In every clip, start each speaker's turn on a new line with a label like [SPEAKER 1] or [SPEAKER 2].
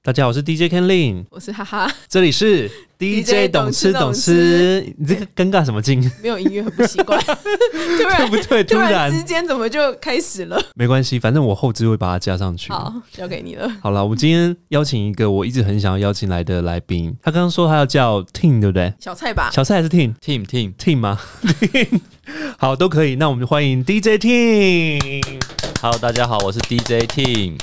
[SPEAKER 1] 大家好，我是 DJ Ken Lin，
[SPEAKER 2] 我是哈哈，
[SPEAKER 1] 这里是
[SPEAKER 2] DJ
[SPEAKER 1] 懂吃
[SPEAKER 2] 懂
[SPEAKER 1] 吃。你这个尴尬什么劲？
[SPEAKER 2] 没有音乐很不习惯，突
[SPEAKER 1] 对
[SPEAKER 2] 然
[SPEAKER 1] 不对？突
[SPEAKER 2] 突
[SPEAKER 1] 然
[SPEAKER 2] 然 之间怎么就开始了？
[SPEAKER 1] 没关系，反正我后置会把它加上去。
[SPEAKER 2] 好，交给你了。
[SPEAKER 1] 好了，我们今天邀请一个我一直很想要邀请来的来宾，他刚刚说他要叫 Tin，对不对？
[SPEAKER 2] 小菜吧，
[SPEAKER 1] 小蔡还是 Tin？Tin
[SPEAKER 3] Team Team，
[SPEAKER 1] 吗 ？Tin，好，都可以。那我们欢迎 DJ Tin。
[SPEAKER 3] Hello，大家好，我是 DJ Team。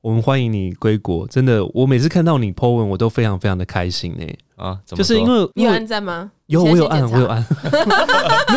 [SPEAKER 1] 我们欢迎你归国，真的，我每次看到你 po 文，我都非常非常的开心哎、
[SPEAKER 3] 啊，怎
[SPEAKER 1] 就
[SPEAKER 3] 么
[SPEAKER 1] 是因
[SPEAKER 3] 说
[SPEAKER 1] 为
[SPEAKER 2] 你
[SPEAKER 1] 因
[SPEAKER 2] 有
[SPEAKER 1] 为
[SPEAKER 2] 按赞吗？
[SPEAKER 1] 有
[SPEAKER 2] 你
[SPEAKER 1] 我有
[SPEAKER 2] 现在
[SPEAKER 1] 按，
[SPEAKER 2] 先检查
[SPEAKER 1] 我有。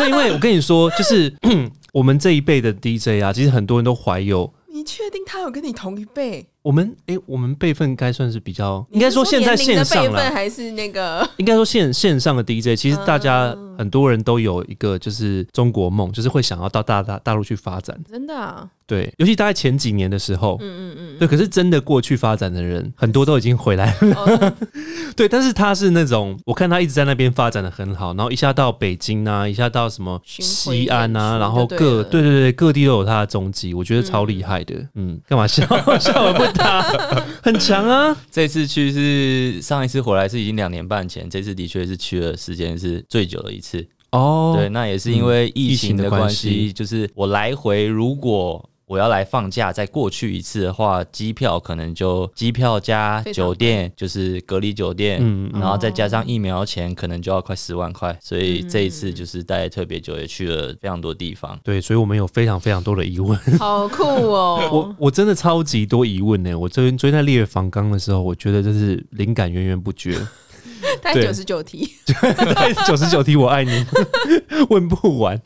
[SPEAKER 1] 按， 没有，因为我跟你说，就是嗯我们这一辈的 DJ 啊，其实很多人都怀有。
[SPEAKER 2] 你确定他有跟你同一辈？
[SPEAKER 1] 我们诶，我们辈分该算是比较，应
[SPEAKER 2] 你
[SPEAKER 1] 该
[SPEAKER 2] 是
[SPEAKER 1] 现在
[SPEAKER 2] 年龄
[SPEAKER 1] 线
[SPEAKER 2] 的
[SPEAKER 1] 上
[SPEAKER 2] 辈分嗯
[SPEAKER 1] 啦，
[SPEAKER 2] 还是 那个？
[SPEAKER 1] 应该说线线上的 DJ，其实大家很多人都有一个就是中国梦，就是会想要到大大大陆去发展。
[SPEAKER 2] 真的啊，
[SPEAKER 1] 对，尤其大概前几年的时候，
[SPEAKER 2] 嗯嗯
[SPEAKER 1] 对，可是真的过去发展的人很多都已经回来了，
[SPEAKER 2] 嗯，哦，
[SPEAKER 1] 对，但是他是那种，我看他一直在那边发展的很好，然后一下到北京啊，一下到什么
[SPEAKER 2] 巡回
[SPEAKER 1] 西安
[SPEAKER 2] 演
[SPEAKER 1] 啊，
[SPEAKER 2] 出
[SPEAKER 1] 然后
[SPEAKER 2] 就
[SPEAKER 1] 各
[SPEAKER 2] 对
[SPEAKER 1] 对对对各地都有他的踪迹，我觉得超厉害的。嗯，干嘛笑 笑我不答？ 很强啊！
[SPEAKER 3] 这次去是上一次回来是已经两年半前，这次的确是去的时间是最久的一次。
[SPEAKER 1] 哦
[SPEAKER 3] 对，那也是因为疫
[SPEAKER 1] 疫情
[SPEAKER 3] 情
[SPEAKER 1] 的
[SPEAKER 3] 的关
[SPEAKER 1] 关
[SPEAKER 3] 系，
[SPEAKER 1] 系
[SPEAKER 3] 就是我来回如果。我要来放假，再过去一次的话，机票可能就机票加
[SPEAKER 2] 非常
[SPEAKER 3] 酒店，就是隔离酒店，
[SPEAKER 1] 嗯嗯
[SPEAKER 3] 然后再加上疫苗钱，可能就要快十万块。所以这一次就是待特别久，也去了非常多地方。
[SPEAKER 1] 对，所以我们有非常非常多的疑问，
[SPEAKER 2] 好酷
[SPEAKER 1] 我
[SPEAKER 2] 哦！
[SPEAKER 1] 我真的超级多疑问呢、我最近追在列访纲的时候，我觉得真是灵感源源不绝。
[SPEAKER 2] 大概
[SPEAKER 1] 对
[SPEAKER 2] 九十九题，
[SPEAKER 1] 九十九题我爱你，问不完。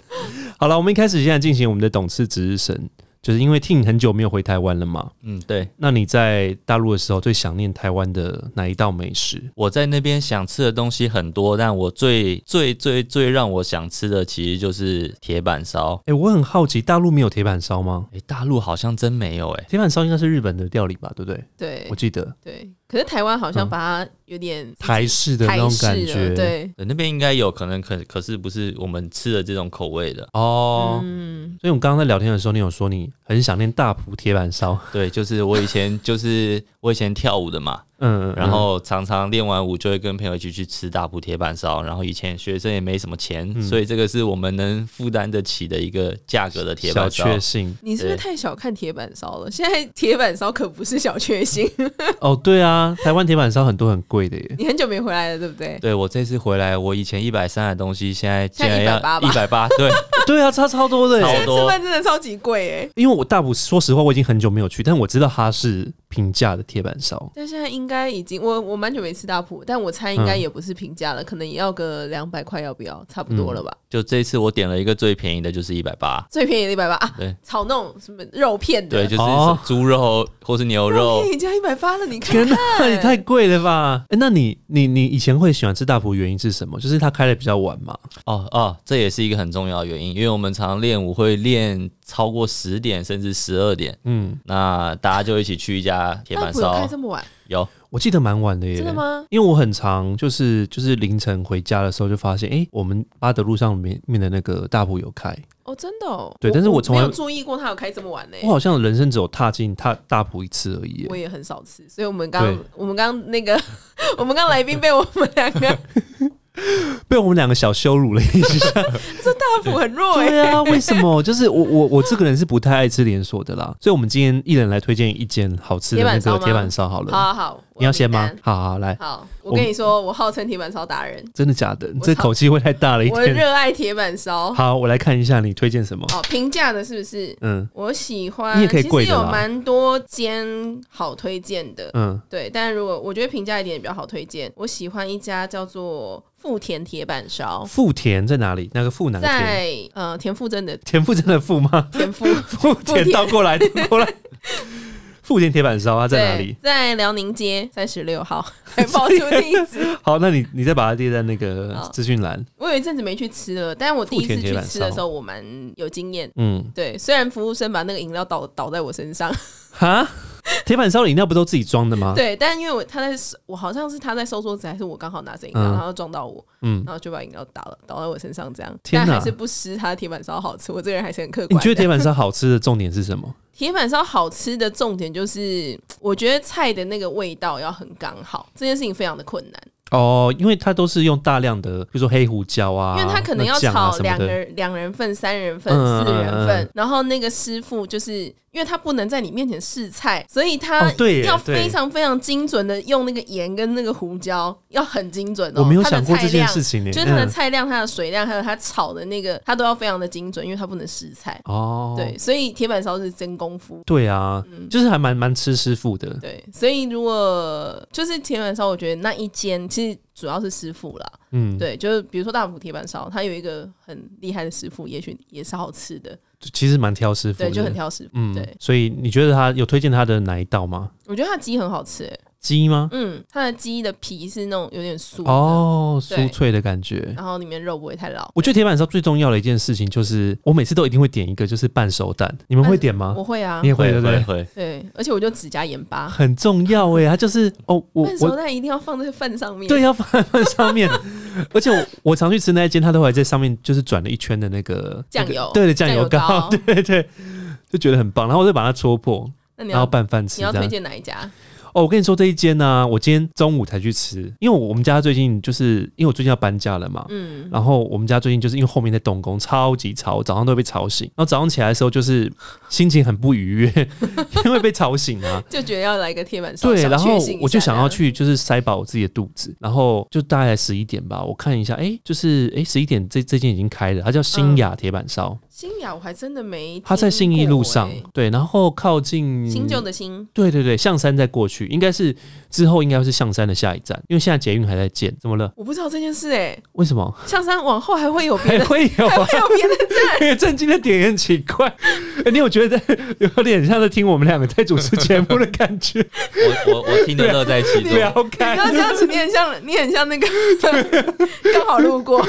[SPEAKER 1] 好了，我们一开始现在进行我们的懂吃值日生，就是因为 Ting 很久没有回台湾了嘛。
[SPEAKER 3] 嗯，对。
[SPEAKER 1] 那你在大陆的时候最想念台湾的哪一道美食？
[SPEAKER 3] 我在那边想吃的东西很多，但我最最最最让我想吃的其实就是铁板烧。
[SPEAKER 1] 哎、我很好奇，大陆没有铁板烧吗？
[SPEAKER 3] 诶，大陆好像真没有诶，
[SPEAKER 1] 铁板烧应该是日本的料理吧，对不对？
[SPEAKER 2] 对
[SPEAKER 1] 我记得
[SPEAKER 2] 对。可是台湾好像把它有点
[SPEAKER 1] 台式的那
[SPEAKER 2] 台
[SPEAKER 1] 种
[SPEAKER 2] 式
[SPEAKER 1] 感
[SPEAKER 2] 了
[SPEAKER 1] 觉，。
[SPEAKER 2] 对，
[SPEAKER 3] 呃那边应该有可能可可是不是我们吃的这种口味的。
[SPEAKER 1] 哦，
[SPEAKER 2] 嗯，
[SPEAKER 1] 所以我们刚刚在聊天的时候，你有说你很想念大埔铁板 烧，
[SPEAKER 3] 对，就是我以前 就是我以前跳舞的嘛，
[SPEAKER 1] 嗯，
[SPEAKER 3] 然后常常练完舞就会跟朋友一起去吃大埔铁板烧，然后以前学生也没什么钱，
[SPEAKER 1] 嗯
[SPEAKER 3] 所以这个是我们能负担得起的一个价格的铁
[SPEAKER 1] 小
[SPEAKER 3] 板烧。
[SPEAKER 1] 确幸
[SPEAKER 2] 你是不是
[SPEAKER 3] 对
[SPEAKER 2] 太小看铁板烧了？现在铁板烧可不是小确幸。
[SPEAKER 1] 哦，对啊，台湾铁板烧很多很贵的耶，
[SPEAKER 2] 你很久没回来了，对不对？
[SPEAKER 3] 对我这次回来，我以前一百三的东西，现在竟
[SPEAKER 2] 现在180
[SPEAKER 3] 然要
[SPEAKER 2] 吧
[SPEAKER 3] 一百八，对，
[SPEAKER 1] 对啊，差超多的耶，
[SPEAKER 3] 超
[SPEAKER 2] 现在
[SPEAKER 3] 多
[SPEAKER 2] 吃饭真的超级贵哎、
[SPEAKER 1] 因为我大埔，说实话我已经很久没有去，但我知道它是平价的铁板烧。
[SPEAKER 2] 但现在应该已经我我蛮久没吃大埔，但我猜应
[SPEAKER 1] 嗯
[SPEAKER 2] 该也不是平价了，可能也要个两百块，要不要？差不
[SPEAKER 1] 嗯
[SPEAKER 2] 多了吧？
[SPEAKER 3] 就这次我点了一个最便宜的，就是一百八，
[SPEAKER 2] 最便宜的一百八啊
[SPEAKER 3] 对，
[SPEAKER 2] 炒那种什么肉片的，
[SPEAKER 3] 对，就是
[SPEAKER 1] 哦
[SPEAKER 3] 猪肉或是牛肉
[SPEAKER 2] 便。宜加一百八了，你看
[SPEAKER 1] 天
[SPEAKER 2] 看，
[SPEAKER 1] 哪，也太贵了吧！哎、那你你你以前会喜欢吃大埔，原因是什么？就是它开的比较晚嘛。
[SPEAKER 3] 哦哦，这也是一个很重要的原因，因为我们常练舞会练超过十点甚至十二点，
[SPEAKER 1] 嗯，
[SPEAKER 3] 那大家就一起去一家铁
[SPEAKER 2] 大
[SPEAKER 3] 板
[SPEAKER 2] 埔
[SPEAKER 1] 啊
[SPEAKER 2] 有开
[SPEAKER 3] 烧
[SPEAKER 2] 这。么晚，
[SPEAKER 3] 有，
[SPEAKER 1] 我记得蛮晚的耶。
[SPEAKER 2] 真的？吗？
[SPEAKER 1] 因为我很常就是就是凌晨回家的时候就发现，哎、我们八德路上面面的那个大埔有开。
[SPEAKER 2] 哦，真的哦。
[SPEAKER 1] 对但是我
[SPEAKER 2] 我
[SPEAKER 1] 从来
[SPEAKER 2] 没有注意过它有开这么晚呢、
[SPEAKER 1] 我好像人生只有踏进踏大埔一次而已耶
[SPEAKER 2] 我。也很少吃，所以我们刚
[SPEAKER 1] 对
[SPEAKER 2] 我们刚那个我们刚来宾被我们两个
[SPEAKER 1] 被我们两个小羞辱了一下。
[SPEAKER 2] 大埔很弱哎、
[SPEAKER 1] 对啊，为什么？ 就是我我我这个人是不太爱吃连锁的啦，所以我们今天一人来推荐一间好吃的那
[SPEAKER 2] 铁板烧
[SPEAKER 1] 个
[SPEAKER 2] 吗
[SPEAKER 1] 铁板烧好了。
[SPEAKER 2] 好好好，我
[SPEAKER 1] 你要先吗
[SPEAKER 2] 名单？
[SPEAKER 1] 好好好来，
[SPEAKER 2] 好，我
[SPEAKER 1] 我
[SPEAKER 2] 跟你说，我号称铁板烧达人，
[SPEAKER 1] 真的假的？你
[SPEAKER 2] 我
[SPEAKER 1] 这
[SPEAKER 2] 操
[SPEAKER 1] 口气会太大了一
[SPEAKER 2] 我
[SPEAKER 1] 点。
[SPEAKER 2] 热爱铁板烧。
[SPEAKER 1] 好，我来看一下你推荐什么。
[SPEAKER 2] 哦，平价的是不是？
[SPEAKER 1] 嗯
[SPEAKER 2] 我喜欢，
[SPEAKER 1] 你也可以贵
[SPEAKER 2] 其
[SPEAKER 1] 的
[SPEAKER 2] 实
[SPEAKER 1] 啦
[SPEAKER 2] 有蛮多间好推荐的，
[SPEAKER 1] 嗯，
[SPEAKER 2] 对。但如果我觉得平价一点也比较好推荐，我喜欢一家叫做富田铁板烧，
[SPEAKER 1] 富田在哪里？那个富哪个田？
[SPEAKER 2] 在呃田馥甄 的
[SPEAKER 1] 田馥甄的馥 吗？
[SPEAKER 2] 田馥，
[SPEAKER 1] 富田
[SPEAKER 2] 田
[SPEAKER 1] 倒过来，倒 过来。富田铁板烧啊，在哪里
[SPEAKER 2] 对？在辽宁街三十 六号，还报出地址。
[SPEAKER 1] 好，那你你再把它列在那个
[SPEAKER 2] 好
[SPEAKER 1] 资讯栏。
[SPEAKER 2] 我有一阵子没去吃了，但我第一
[SPEAKER 1] 富
[SPEAKER 2] 次
[SPEAKER 1] 田铁
[SPEAKER 2] 去
[SPEAKER 1] 板
[SPEAKER 2] 吃的
[SPEAKER 1] 烧
[SPEAKER 2] 时候，我蛮有经验。
[SPEAKER 1] 嗯，啊
[SPEAKER 2] 对，虽然服务生把那个饮料倒倒在我身上，
[SPEAKER 1] 哈，铁板烧的饮料不都自己装的吗？，
[SPEAKER 2] 对，但因为我他在收我好像是他在收桌子，还是我刚好拿着饮料，
[SPEAKER 1] 嗯
[SPEAKER 2] 然后撞到我，
[SPEAKER 1] 嗯，
[SPEAKER 2] 然后就把饮料倒了倒在我身上，这样。
[SPEAKER 1] 天
[SPEAKER 2] 但
[SPEAKER 1] 哪
[SPEAKER 2] 还是不失它的铁板烧好吃，我这个人还是很客观的。
[SPEAKER 1] 你觉得铁板烧好吃的重点是什么？
[SPEAKER 2] 铁板烧好吃的重点就是，我觉得菜的那个味道要很刚好，这件事情非常的困难，
[SPEAKER 1] 哦，因为它都是用大量的，比如说黑胡椒啊，
[SPEAKER 2] 因为它可能要
[SPEAKER 1] 那酱啊
[SPEAKER 2] 炒
[SPEAKER 1] 什么
[SPEAKER 2] 两个
[SPEAKER 1] 的，
[SPEAKER 2] 人、两人份、三人
[SPEAKER 1] 嗯
[SPEAKER 2] 份、
[SPEAKER 1] 嗯
[SPEAKER 2] 四人
[SPEAKER 1] 嗯
[SPEAKER 2] 份，
[SPEAKER 1] 嗯
[SPEAKER 2] 然后那个师傅就是因为他不能在你面前试菜，所以他
[SPEAKER 1] 哦对耶
[SPEAKER 2] 要
[SPEAKER 1] 对
[SPEAKER 2] 非常非常精准的用那个盐跟那个胡椒，要很精准哦。
[SPEAKER 1] 我没有
[SPEAKER 2] 它的
[SPEAKER 1] 想过
[SPEAKER 2] 菜
[SPEAKER 1] 这件
[SPEAKER 2] 量
[SPEAKER 1] 事情呢。
[SPEAKER 2] 就是它的
[SPEAKER 1] 嗯
[SPEAKER 2] 菜量、它的水量，还有它炒的那个，它都要非常的精准，因为它不能试菜。
[SPEAKER 1] 哦，
[SPEAKER 2] 对，嗯所以铁板烧是真功夫。
[SPEAKER 1] 对啊，就是还蛮蛮吃师傅的。
[SPEAKER 2] 对，所以如果就是铁板烧，我觉得那一间其实主要是师傅啦。
[SPEAKER 1] 嗯，
[SPEAKER 2] 对，就是比如说大埔铁板烧，它有一个很厉害的师傅，也许也是好吃的。
[SPEAKER 1] 其实蛮挑师傅
[SPEAKER 2] 对，
[SPEAKER 1] 的，
[SPEAKER 2] 就很挑师傅。
[SPEAKER 1] 嗯，
[SPEAKER 2] 对，
[SPEAKER 1] 所以你觉得他有推荐他的哪一道吗？
[SPEAKER 2] 我觉得它鸡很好吃、欸，
[SPEAKER 1] 鸡吗？
[SPEAKER 2] 嗯，它的鸡的皮是那种有点酥的，
[SPEAKER 1] 哦，
[SPEAKER 2] 嗯对
[SPEAKER 1] 酥脆的感觉。
[SPEAKER 2] 然后里面肉不会太老。
[SPEAKER 1] 我觉得铁板烧最重要的一件事情就是，我每次都一定会点一个，就是半熟蛋。你们会点吗？
[SPEAKER 2] 我会啊
[SPEAKER 1] 你，也会
[SPEAKER 3] 会
[SPEAKER 1] 对不
[SPEAKER 3] 会
[SPEAKER 1] 对？
[SPEAKER 3] 会，
[SPEAKER 2] 对，而且我就只加盐巴，
[SPEAKER 1] 很重要哎，它就是哦，我
[SPEAKER 2] 半熟
[SPEAKER 1] 我
[SPEAKER 2] 蛋一定要放在饭上面。
[SPEAKER 1] 对啊要放在饭上 面，而且我我常去吃那一间，它都还在上面就是转了一圈的那个
[SPEAKER 2] 酱油
[SPEAKER 1] 那个对的酱油
[SPEAKER 2] 酱油膏
[SPEAKER 1] 膏， 对对，就觉得很棒。然后我就把它戳破，
[SPEAKER 2] 那你
[SPEAKER 1] 然后
[SPEAKER 2] 要
[SPEAKER 1] 拌饭吃
[SPEAKER 2] 你要
[SPEAKER 1] 这
[SPEAKER 2] 推
[SPEAKER 1] 样。
[SPEAKER 2] 荐哪一家？
[SPEAKER 1] 哦，我跟你说这一间呢、我今天中午才去吃，因为我们家最近就是因为我最近要搬家了嘛，
[SPEAKER 2] 嗯，
[SPEAKER 1] 然后我们家最近就是因为后面在动工，超级吵，早上都会被吵醒。然后早上起来的时候，就是心情很不愉悦， 因为被吵醒啊。
[SPEAKER 2] 就觉得要来个铁板烧，
[SPEAKER 1] 对，
[SPEAKER 2] 小
[SPEAKER 1] 然
[SPEAKER 2] 确
[SPEAKER 1] 后
[SPEAKER 2] 幸一
[SPEAKER 1] 我就
[SPEAKER 2] 下
[SPEAKER 1] 想
[SPEAKER 2] 这
[SPEAKER 1] 要
[SPEAKER 2] 样。
[SPEAKER 1] 去，就是塞饱我自己的肚子。然后就大概十一点吧，我看一下，哎，就是哎十一点这这间已经开了，它
[SPEAKER 2] 嗯
[SPEAKER 1] 叫新雅铁板烧，
[SPEAKER 2] 新雅，我还真的没听过欸。欸
[SPEAKER 1] 它在信义路上，嗯对，然后靠近
[SPEAKER 2] 新旧的新，
[SPEAKER 1] 对对对，象山再过去，应该是之后应该是象山的下一站，因为现在捷运还在建。怎么了？
[SPEAKER 2] 我不知道这件事哎。
[SPEAKER 1] 为什么？
[SPEAKER 2] 象山往后还会有别
[SPEAKER 1] 还
[SPEAKER 2] 的，
[SPEAKER 1] 会有
[SPEAKER 2] 还
[SPEAKER 1] 啊？
[SPEAKER 2] 会有别的站。
[SPEAKER 1] 那个震惊的点也很奇怪。欸你有觉得有点像在听我们两个在主持节目的感觉，
[SPEAKER 3] 我我我
[SPEAKER 1] 啊
[SPEAKER 3] 听得乐在其
[SPEAKER 1] 聊
[SPEAKER 3] 中。
[SPEAKER 2] 你不要
[SPEAKER 1] 开
[SPEAKER 2] 这。样子，你很像，你很像那个刚好路过。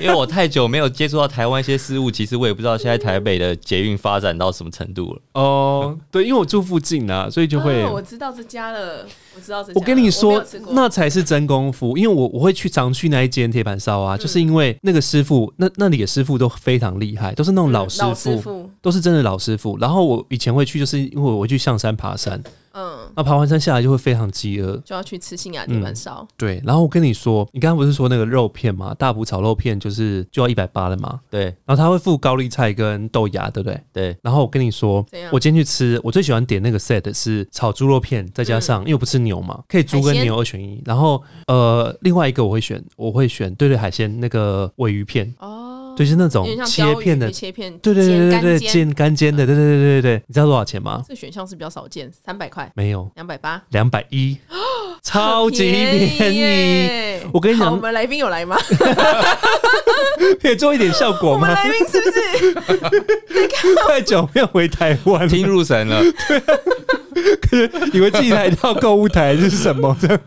[SPEAKER 3] 因为我太久没有接触到台湾一些事物，其实我也不知道现在台北的捷运发展到什么程度了。
[SPEAKER 1] 哦，对，因为我住附近啊，所以就会。
[SPEAKER 2] 啊我知道这家了，我知道这家了。
[SPEAKER 1] 我跟你
[SPEAKER 2] 啊我没
[SPEAKER 1] 说
[SPEAKER 2] 有吃，过
[SPEAKER 1] 那才是真功夫，因为我我会去常去那一间铁板烧
[SPEAKER 2] 嗯
[SPEAKER 1] 啊，就是因为那个师傅，那那里的师傅都非常厉害，都是那种老师
[SPEAKER 2] 嗯老
[SPEAKER 1] 傅，
[SPEAKER 2] 师傅，
[SPEAKER 1] 都是真的老师傅。然后我以前会去，就是因为我会去象山爬山，
[SPEAKER 2] 嗯，
[SPEAKER 1] 那爬完山下来就会非常饥饿，
[SPEAKER 2] 就要去吃新雅铁
[SPEAKER 1] 嗯
[SPEAKER 2] 板烧。
[SPEAKER 1] 对，然后我跟你说，你刚刚不是说那个肉片吗？大埔炒肉片就是就要一百八了嘛，
[SPEAKER 3] 对
[SPEAKER 1] 然后它会附高丽菜跟豆芽，对不对？
[SPEAKER 3] 对，
[SPEAKER 1] 然后我跟你说
[SPEAKER 2] 怎样，
[SPEAKER 1] 我今天去吃，我最喜欢点那个 set 是炒猪肉片，再加上、因为我不吃牛嘛，可以猪跟
[SPEAKER 2] 嗯海鲜
[SPEAKER 1] 牛二选一。然后呃，另外一个我会选，我会选对对海鲜那个尾鱼片，
[SPEAKER 2] 哦，
[SPEAKER 1] 对，就是那种
[SPEAKER 2] 有点像
[SPEAKER 1] 切
[SPEAKER 2] 鲷鱼
[SPEAKER 1] 片的，
[SPEAKER 2] 切片，
[SPEAKER 1] 对对对对对，
[SPEAKER 2] 煎干嗯煎。
[SPEAKER 1] 煎干煎的，对对对对对，你知道多少钱吗？
[SPEAKER 2] 这选项是比较少见，三百块，
[SPEAKER 1] 没有，
[SPEAKER 2] 两百八。
[SPEAKER 1] 两百 一，超级便宜。
[SPEAKER 2] 耶
[SPEAKER 1] 我跟你讲
[SPEAKER 2] 好我们来宾有 来吗？
[SPEAKER 1] 可以做一点效果
[SPEAKER 2] 我们
[SPEAKER 1] 吗？
[SPEAKER 2] 来宾是不是？
[SPEAKER 1] 太久没有回台湾了，
[SPEAKER 3] 听入神 了。
[SPEAKER 1] 以为自己来到购物台是什么？这样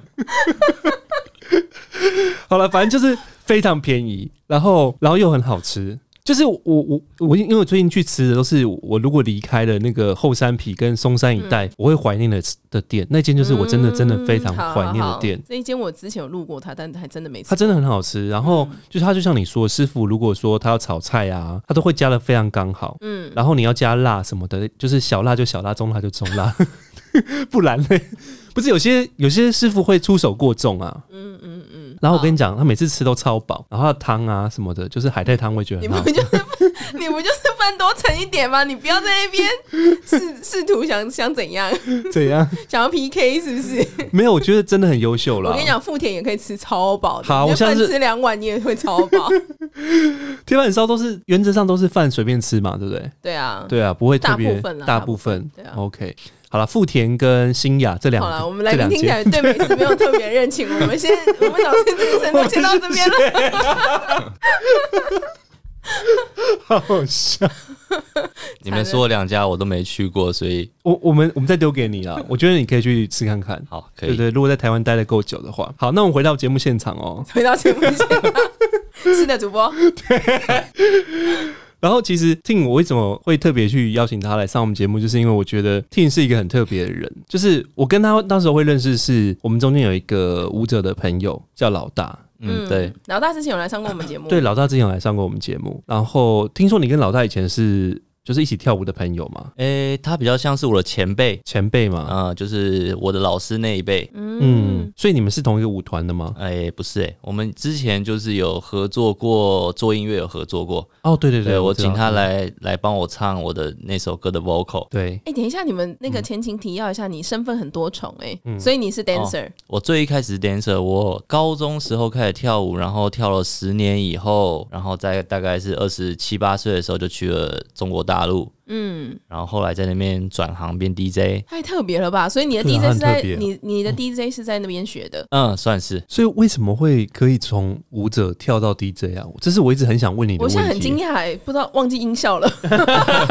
[SPEAKER 1] 好了，反正就是非常便宜，然后然后又很好吃。就是我我我因为我最近去吃的都是我如果离开了那个后山皮跟松山一带，我会怀念的的店，那间就是我真的真的非常
[SPEAKER 2] 嗯好
[SPEAKER 1] 怀念
[SPEAKER 2] 好
[SPEAKER 1] 的
[SPEAKER 2] 好
[SPEAKER 1] 店。
[SPEAKER 2] 这一间我之前有路过它，但还真的没吃
[SPEAKER 1] 它
[SPEAKER 2] 过。
[SPEAKER 1] 真的很好吃，然后
[SPEAKER 2] 嗯
[SPEAKER 1] 就是它就像你说，师傅如果说他要炒菜啊，他都会加的非常刚好，
[SPEAKER 2] 嗯，
[SPEAKER 1] 然后你要加辣什么的，就是小辣就小辣，中辣就中辣， 不然呢？不是有些有些师傅会出手过重啊，
[SPEAKER 2] 嗯嗯嗯。
[SPEAKER 1] 然后我跟你
[SPEAKER 2] 你
[SPEAKER 1] 讲，他每次吃都超饱，然后他的汤啊什么的，啊就是海带汤，我也觉得
[SPEAKER 2] 你
[SPEAKER 1] 很
[SPEAKER 2] 不
[SPEAKER 1] 好。
[SPEAKER 2] 就是你不就是 饭多盛一点吗？你不要在那边试试图想想怎样，
[SPEAKER 1] 怎样？
[SPEAKER 2] 想要 PK 是不是？
[SPEAKER 1] 没有，我觉得真的很优秀了。
[SPEAKER 2] 我跟你，讲，富田也可以吃超饱的，
[SPEAKER 1] 好
[SPEAKER 2] 你
[SPEAKER 1] 我
[SPEAKER 2] 就
[SPEAKER 1] 下
[SPEAKER 2] 饭
[SPEAKER 1] 次
[SPEAKER 2] 吃两碗你也会超 饱。
[SPEAKER 1] 铁板烧都是原则上都是饭随便吃嘛，对不对？
[SPEAKER 2] 对啊，
[SPEAKER 1] 对啊，不会特别
[SPEAKER 2] 大部分啦
[SPEAKER 1] 大部分
[SPEAKER 2] 大部分对啊
[SPEAKER 1] OK，好了，富田跟新雅这两
[SPEAKER 2] 好
[SPEAKER 1] 个，
[SPEAKER 2] 了，我们
[SPEAKER 1] 啊这
[SPEAKER 2] 来宾
[SPEAKER 1] 两
[SPEAKER 2] 听起
[SPEAKER 1] 间
[SPEAKER 2] 来对美食没有特别认 情，我们先我们老师精神都先到这边了。
[SPEAKER 1] 好笑。
[SPEAKER 3] 你们说两家我都没去过，所以
[SPEAKER 1] 我我们我们再丢给你 啦，我觉得你可以去吃看看。
[SPEAKER 3] 好可
[SPEAKER 1] 对
[SPEAKER 3] 以。
[SPEAKER 1] 对，如果在台湾待的够久的话，好，那我们回到节目现场哦。
[SPEAKER 2] 回到节目现场，是的，主播，
[SPEAKER 1] 然后其实 Tin 我为什么会特别去邀请他来上我们节目，就是因为我觉得 Tin 是一个很特别的人。就是我跟他当时会认识是，我们中间有一个舞者的朋友叫老大，
[SPEAKER 3] 嗯，对，，
[SPEAKER 2] 老大之前有来上过我们节
[SPEAKER 3] 嗯
[SPEAKER 2] 目，
[SPEAKER 1] 对，老大之前有来上过我们节目。然后听说你跟老大以前是就是一起跳舞的朋友嘛，
[SPEAKER 3] 诶、他比较像是我的前辈，
[SPEAKER 1] 前辈嘛，
[SPEAKER 3] 啊、就是我的老师那一辈。
[SPEAKER 1] 嗯，所以你们是同一个舞团的吗？
[SPEAKER 3] 诶，不是诶、欸我们之前就是有合作过，做音乐有合作过。
[SPEAKER 1] 哦，对对
[SPEAKER 3] 对，我
[SPEAKER 1] 知道
[SPEAKER 3] 请他，来来帮我唱我的那首歌的 vocal。
[SPEAKER 1] 对，
[SPEAKER 2] 哎、等一下，你们
[SPEAKER 3] 嗯
[SPEAKER 2] 那个前情提要一下，你身份很多重哎、
[SPEAKER 1] 嗯
[SPEAKER 2] 所以你是 dancer，、
[SPEAKER 3] 我最一开始是 dancer，我高中时候开始跳舞，然后跳了十年以后，然后在大概是二十七八岁的时候就去了中国大陆，
[SPEAKER 2] 嗯，
[SPEAKER 3] 然后后来在那边转行变 DJ。
[SPEAKER 2] 太特别了吧？所以你的
[SPEAKER 1] 对啊
[SPEAKER 2] DJ 是在、
[SPEAKER 1] 很特别
[SPEAKER 2] 你你的 DJ 是在那边学的，
[SPEAKER 3] 嗯，算是。
[SPEAKER 1] 所以为什么会可以从舞者跳到 DJ 啊？这是我一直很想问你的
[SPEAKER 2] 我
[SPEAKER 1] 问题。
[SPEAKER 2] 现在很惊讶哎，不知道忘记音效了，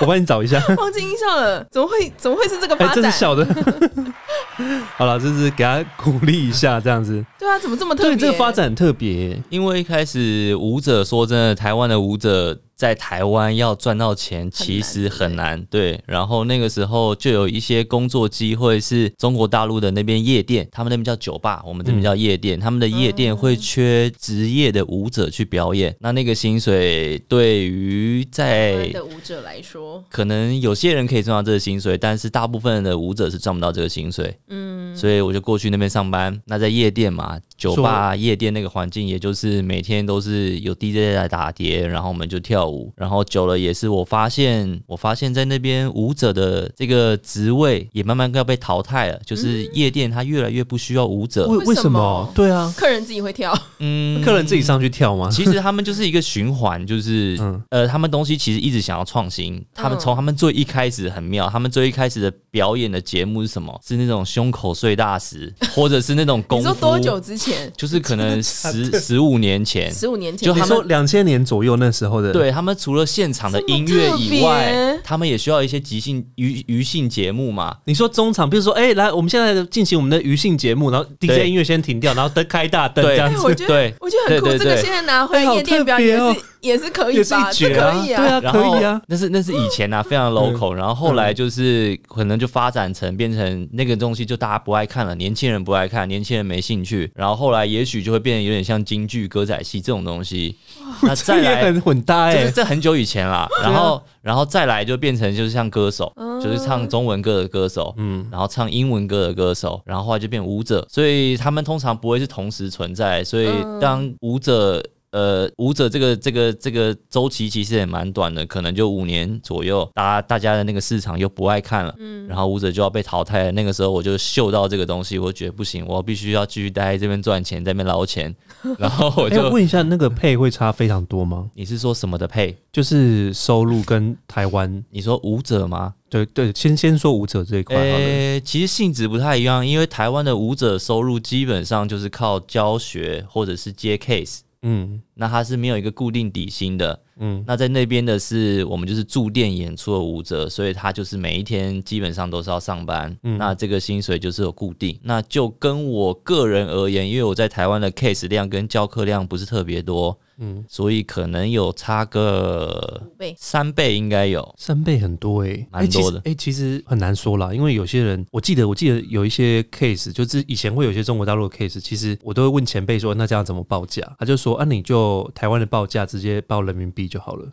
[SPEAKER 1] 我帮你找一下。
[SPEAKER 2] 忘记音效了，怎么会怎么会是这个
[SPEAKER 1] 哎、
[SPEAKER 2] 发
[SPEAKER 1] 这
[SPEAKER 2] 展？
[SPEAKER 1] 是小的。 好了，就是给他鼓励一下，这样子。
[SPEAKER 2] 对啊，怎么这么特别？
[SPEAKER 1] 对，这个发展很特别。
[SPEAKER 3] 因为一开始舞者说真的，台湾的舞者在台湾要赚到钱其实很难，对。然后那个时候就有一些工作机会是中国大陆的那边夜店，他们那边叫酒吧，我们这边叫夜店，他们的夜店会缺职业的舞者去表演，那那个薪水对于
[SPEAKER 2] 台
[SPEAKER 3] 在
[SPEAKER 1] 哎
[SPEAKER 2] 湾。的舞者来说，
[SPEAKER 3] 可能有些人可以赚到这个薪水，但是大部分的舞者是赚不到这个薪水。
[SPEAKER 2] 嗯，
[SPEAKER 3] 所以我就过去那边上班。那在夜店嘛，酒吧、啊夜店那个环境，也就是每天都是有 DJ 来打碟，然后我们就跳舞。然后久了也是，我发现，我发现在那边舞者的这个职位也慢慢要被淘汰了，就是夜店它越来越不需要舞者。
[SPEAKER 1] 嗯为
[SPEAKER 2] 为
[SPEAKER 1] 什
[SPEAKER 2] 什
[SPEAKER 1] 么
[SPEAKER 2] 么？
[SPEAKER 1] 对啊，
[SPEAKER 2] 客人自己会跳，
[SPEAKER 3] 嗯
[SPEAKER 1] 客人自己上去跳吗？
[SPEAKER 3] 其实他们就是一个循环，就是、
[SPEAKER 1] 嗯
[SPEAKER 3] 呃，他们东西其实一直想要创新。他们
[SPEAKER 2] 嗯
[SPEAKER 3] 从他们最一开始很妙，他们最一开始的表演的节目是什么？是那种胸口碎大石，或者是那种功
[SPEAKER 2] 你
[SPEAKER 3] 夫。
[SPEAKER 2] 说多久之前？
[SPEAKER 3] 就是可能十十五年前，
[SPEAKER 2] 十五年前
[SPEAKER 3] 就
[SPEAKER 1] 你
[SPEAKER 3] 他
[SPEAKER 1] 说
[SPEAKER 3] 们
[SPEAKER 1] 两千年左右那时候的，，
[SPEAKER 3] 对他们除了现场的
[SPEAKER 2] 这么
[SPEAKER 3] 音乐以
[SPEAKER 2] 特
[SPEAKER 3] 外
[SPEAKER 2] 别，
[SPEAKER 3] 他们也需要一些即兴娱娱性节目嘛。
[SPEAKER 1] 你说中场，比如说，哎、来，我们现在进行我们的娱性节目，然后 DJ
[SPEAKER 3] 对
[SPEAKER 1] 音乐先停掉，然后灯 开大灯这
[SPEAKER 3] 对
[SPEAKER 1] 样
[SPEAKER 2] 哎，
[SPEAKER 1] 子，
[SPEAKER 2] 我觉得
[SPEAKER 3] 对
[SPEAKER 2] 我觉得很酷，
[SPEAKER 3] 对对
[SPEAKER 2] 这个
[SPEAKER 3] 对
[SPEAKER 2] 现在拿回
[SPEAKER 1] 哎好
[SPEAKER 2] 来夜店表
[SPEAKER 1] 特
[SPEAKER 2] 演
[SPEAKER 1] 别
[SPEAKER 2] 也是也是可以
[SPEAKER 1] 也是
[SPEAKER 2] 吧？
[SPEAKER 1] 一
[SPEAKER 2] 这
[SPEAKER 1] 绝
[SPEAKER 2] 可
[SPEAKER 1] 啊，
[SPEAKER 2] 以
[SPEAKER 1] 对啊，
[SPEAKER 3] 然后
[SPEAKER 1] 可以啊，，
[SPEAKER 3] 那是那是以前啊，非常 local，然后后来就是可能就发展成变成那个东西，就大家不爱看了，年轻人不爱看，年轻人没兴趣，然后后来也许就会变得有点像京剧、歌仔戏这种东西。那再
[SPEAKER 1] 这也
[SPEAKER 3] 来
[SPEAKER 1] 很混搭哎、
[SPEAKER 3] 就是这很久以前啦，然后然后再来就变成就是像歌手，就是唱中文歌的歌手，嗯，然后唱英文歌的歌手，然后后来就变舞者，所以他们通常不会是同时存在，所以当舞者。呃，舞者这个这个这个周期其实也蛮短的，可能就五年左右，大家大家的那个市场又不爱看了，嗯，然后舞者就要被淘汰了。那个时候我就嗅到这个东西，我觉得不行，我必须要继续待在这边赚钱，在那边捞钱，然后我
[SPEAKER 1] 哎、
[SPEAKER 3] 就、
[SPEAKER 1] 问一下，那个配会差非常多吗？
[SPEAKER 3] 你是说什么的配？
[SPEAKER 1] 就是收入跟台湾，
[SPEAKER 3] 你说舞者吗？
[SPEAKER 1] 对对，先先说舞者这一块好了。
[SPEAKER 3] 诶、其实性质不太一样，因为台湾的舞者收入基本上就是靠教学或者是接 case，
[SPEAKER 1] 嗯
[SPEAKER 3] 那它是没有一个固定底薪的。
[SPEAKER 1] 嗯，
[SPEAKER 3] 那在那边的是我们就是驻店演出的舞者，所以他就是每一天基本上都是要上班，
[SPEAKER 1] 嗯
[SPEAKER 3] 那这个薪水就是有固定。那就跟我个人而言，因为我在台湾的 case 量跟教课量不是特别多，嗯，所以可能有差个
[SPEAKER 2] 五倍
[SPEAKER 3] 三倍应该有。
[SPEAKER 1] 三倍很多哎、欸，
[SPEAKER 3] 蛮多的
[SPEAKER 1] 哎、其实诶其实很难说啦，因为有些人，我记得我记得有一些 case，就是以前会有一些中国大陆的 case，其实我都会问前辈说，那这样怎么报价？他就说，啊，你就台湾的报价直接报人民币就好了。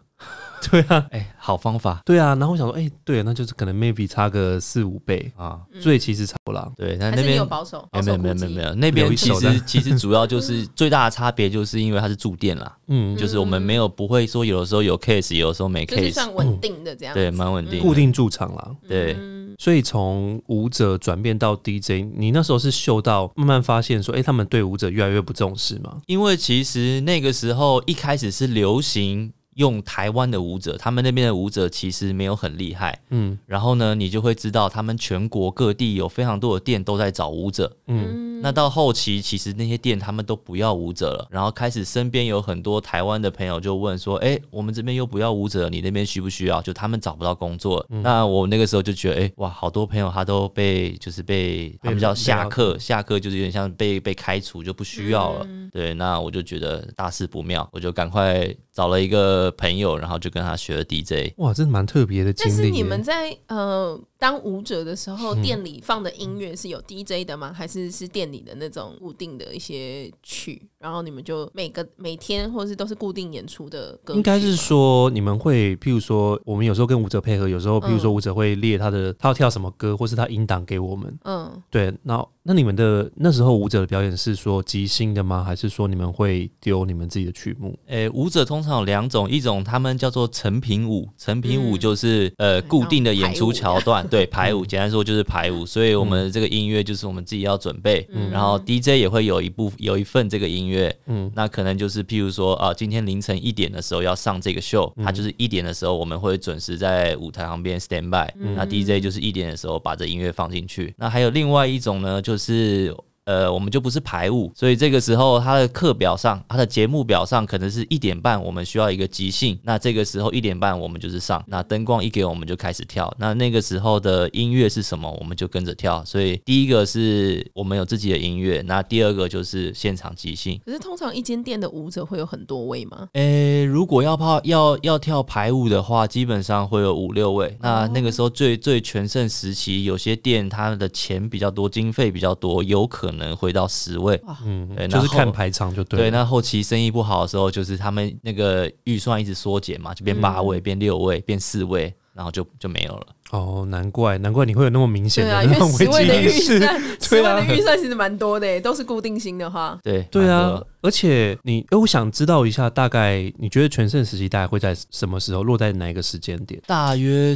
[SPEAKER 1] 对啊，
[SPEAKER 3] 哎、好方法
[SPEAKER 1] 对啊，然后我想说，哎、对，那就是可能 maybe 差个四五倍，
[SPEAKER 3] 啊！
[SPEAKER 1] 所以其实差不多啦。
[SPEAKER 3] 对，那
[SPEAKER 2] 还
[SPEAKER 3] 那
[SPEAKER 2] 是你
[SPEAKER 3] 边
[SPEAKER 2] 有保守？保
[SPEAKER 3] 没有
[SPEAKER 2] 守
[SPEAKER 3] 没有没有
[SPEAKER 2] 估计
[SPEAKER 3] 没有，那
[SPEAKER 1] 留一
[SPEAKER 3] 边其
[SPEAKER 1] 手的
[SPEAKER 3] 实 其实主要就是最大的差别，就是因为它是驻店啦，
[SPEAKER 1] 嗯，
[SPEAKER 3] 就是我们没有不会说有的时候有 case，有的时候没
[SPEAKER 2] 就是
[SPEAKER 3] case，
[SPEAKER 2] 算稳定的这样。嗯
[SPEAKER 3] 对，蛮稳定
[SPEAKER 1] 固
[SPEAKER 3] 的。
[SPEAKER 1] 定驻场啦。
[SPEAKER 3] 对，
[SPEAKER 1] 所以从舞者转变到 DJ，你那时候是嗅到慢慢发现说，哎、他们对舞者越来越不重视嘛？
[SPEAKER 3] 因为其实那个时候一开始是流行用台湾的舞者，他们那边的舞者其实没有很厉害，
[SPEAKER 1] 嗯
[SPEAKER 3] 然后呢，你就会知道他们全国各地有非常多的店都在找舞者，
[SPEAKER 1] 嗯，
[SPEAKER 3] 那到后期，其实那些店他们都不要舞者了，然后开始身边有很多台湾的朋友就问说：“哎、我们这边又不要舞者，你那边需不需要？”就他们找不到工作了那我那个时候就觉得，哎、哇，好多朋友他都被就是被他们叫下课，下课就是有点像被被开除，就不需要了。对，那我就觉得大事不妙，我就赶快找了一个朋友，然后就跟他学了 DJ。
[SPEAKER 1] 哇，这蛮特别的经
[SPEAKER 2] 但
[SPEAKER 1] 历耶。
[SPEAKER 2] 是你们在呃当舞者的时候，
[SPEAKER 3] 嗯
[SPEAKER 2] 店里放的音乐是有 DJ 的吗？还是是店里的那种固定的一些曲？然后你们就每个每天或是都是固定演出的歌曲吗？
[SPEAKER 1] 应该是说你们会，譬如说我们有时候跟舞者配合，有时候譬如说舞者会列他的他要跳什么歌，或是他音档给我们。
[SPEAKER 2] 嗯，
[SPEAKER 1] 对，那那你们的那时候舞者的表演是说即兴的吗？还是说你们会丢你们自己的曲目？
[SPEAKER 3] 诶，舞者通常有两种，一种他们叫做成品舞，成品舞就是、呃
[SPEAKER 2] 对
[SPEAKER 3] 固定的演
[SPEAKER 2] 然后
[SPEAKER 3] 出
[SPEAKER 2] 嗯排舞
[SPEAKER 3] 桥段，对排舞，简单说就是排舞。所以我们这个音乐就是我们自己要准备，
[SPEAKER 2] 嗯
[SPEAKER 3] 然后 DJ 也会有一部有一份这个音乐，嗯，那可能就是譬如说啊、今天凌晨一点的时候要上这个秀，它就是一点的时候我们会准时在舞台旁边 stand by，、那 DJ 就是一点的时候把这音乐放进去。那还有另外一种呢，就是呃，我们就不是排舞，所以这个时候他的课表上，他的节目表上可能是一点半，我们需要一个即兴。那这个时候一点半我们就是上，那灯光一给我们就开始跳。那那个时候的音乐是什么，我们就跟着跳。所以第一个是我们有自己的音乐，那第二个就是现场即兴。
[SPEAKER 2] 可是通常一间店的舞者会有很多位吗？
[SPEAKER 3] 诶，如果要泡要要跳排舞的话，基本上会有五六位。那那个时候最最全盛时期，有些店它的钱比较多，经费比较多，有可能会到十位。
[SPEAKER 2] 哇
[SPEAKER 3] 嗯，对，
[SPEAKER 1] 就是
[SPEAKER 3] 然后
[SPEAKER 1] 看排场就对了。
[SPEAKER 3] 对，那后期生意不好的时候，就是他们那个预算一直缩减嘛，就变八位、变六位、变四位，然后就就没有了。
[SPEAKER 1] 哦，难怪难怪你会有那么明显
[SPEAKER 2] 对
[SPEAKER 1] 的
[SPEAKER 2] 啊，因
[SPEAKER 1] 那
[SPEAKER 2] 为
[SPEAKER 1] 种危
[SPEAKER 2] 十
[SPEAKER 1] 机
[SPEAKER 2] 位的
[SPEAKER 1] 意
[SPEAKER 2] 预
[SPEAKER 1] 识。
[SPEAKER 2] 算，十
[SPEAKER 1] 对
[SPEAKER 2] 位
[SPEAKER 1] 啊
[SPEAKER 2] 的预算其实蛮多的耶，欸都是固定薪的话，
[SPEAKER 3] 对，
[SPEAKER 1] 对
[SPEAKER 3] 蛮
[SPEAKER 1] 啊
[SPEAKER 3] 多，
[SPEAKER 1] 而且你，哎、我想知道一下，大概你觉得全盛时期大概会在什么时候落在哪一个时间点？
[SPEAKER 3] 大约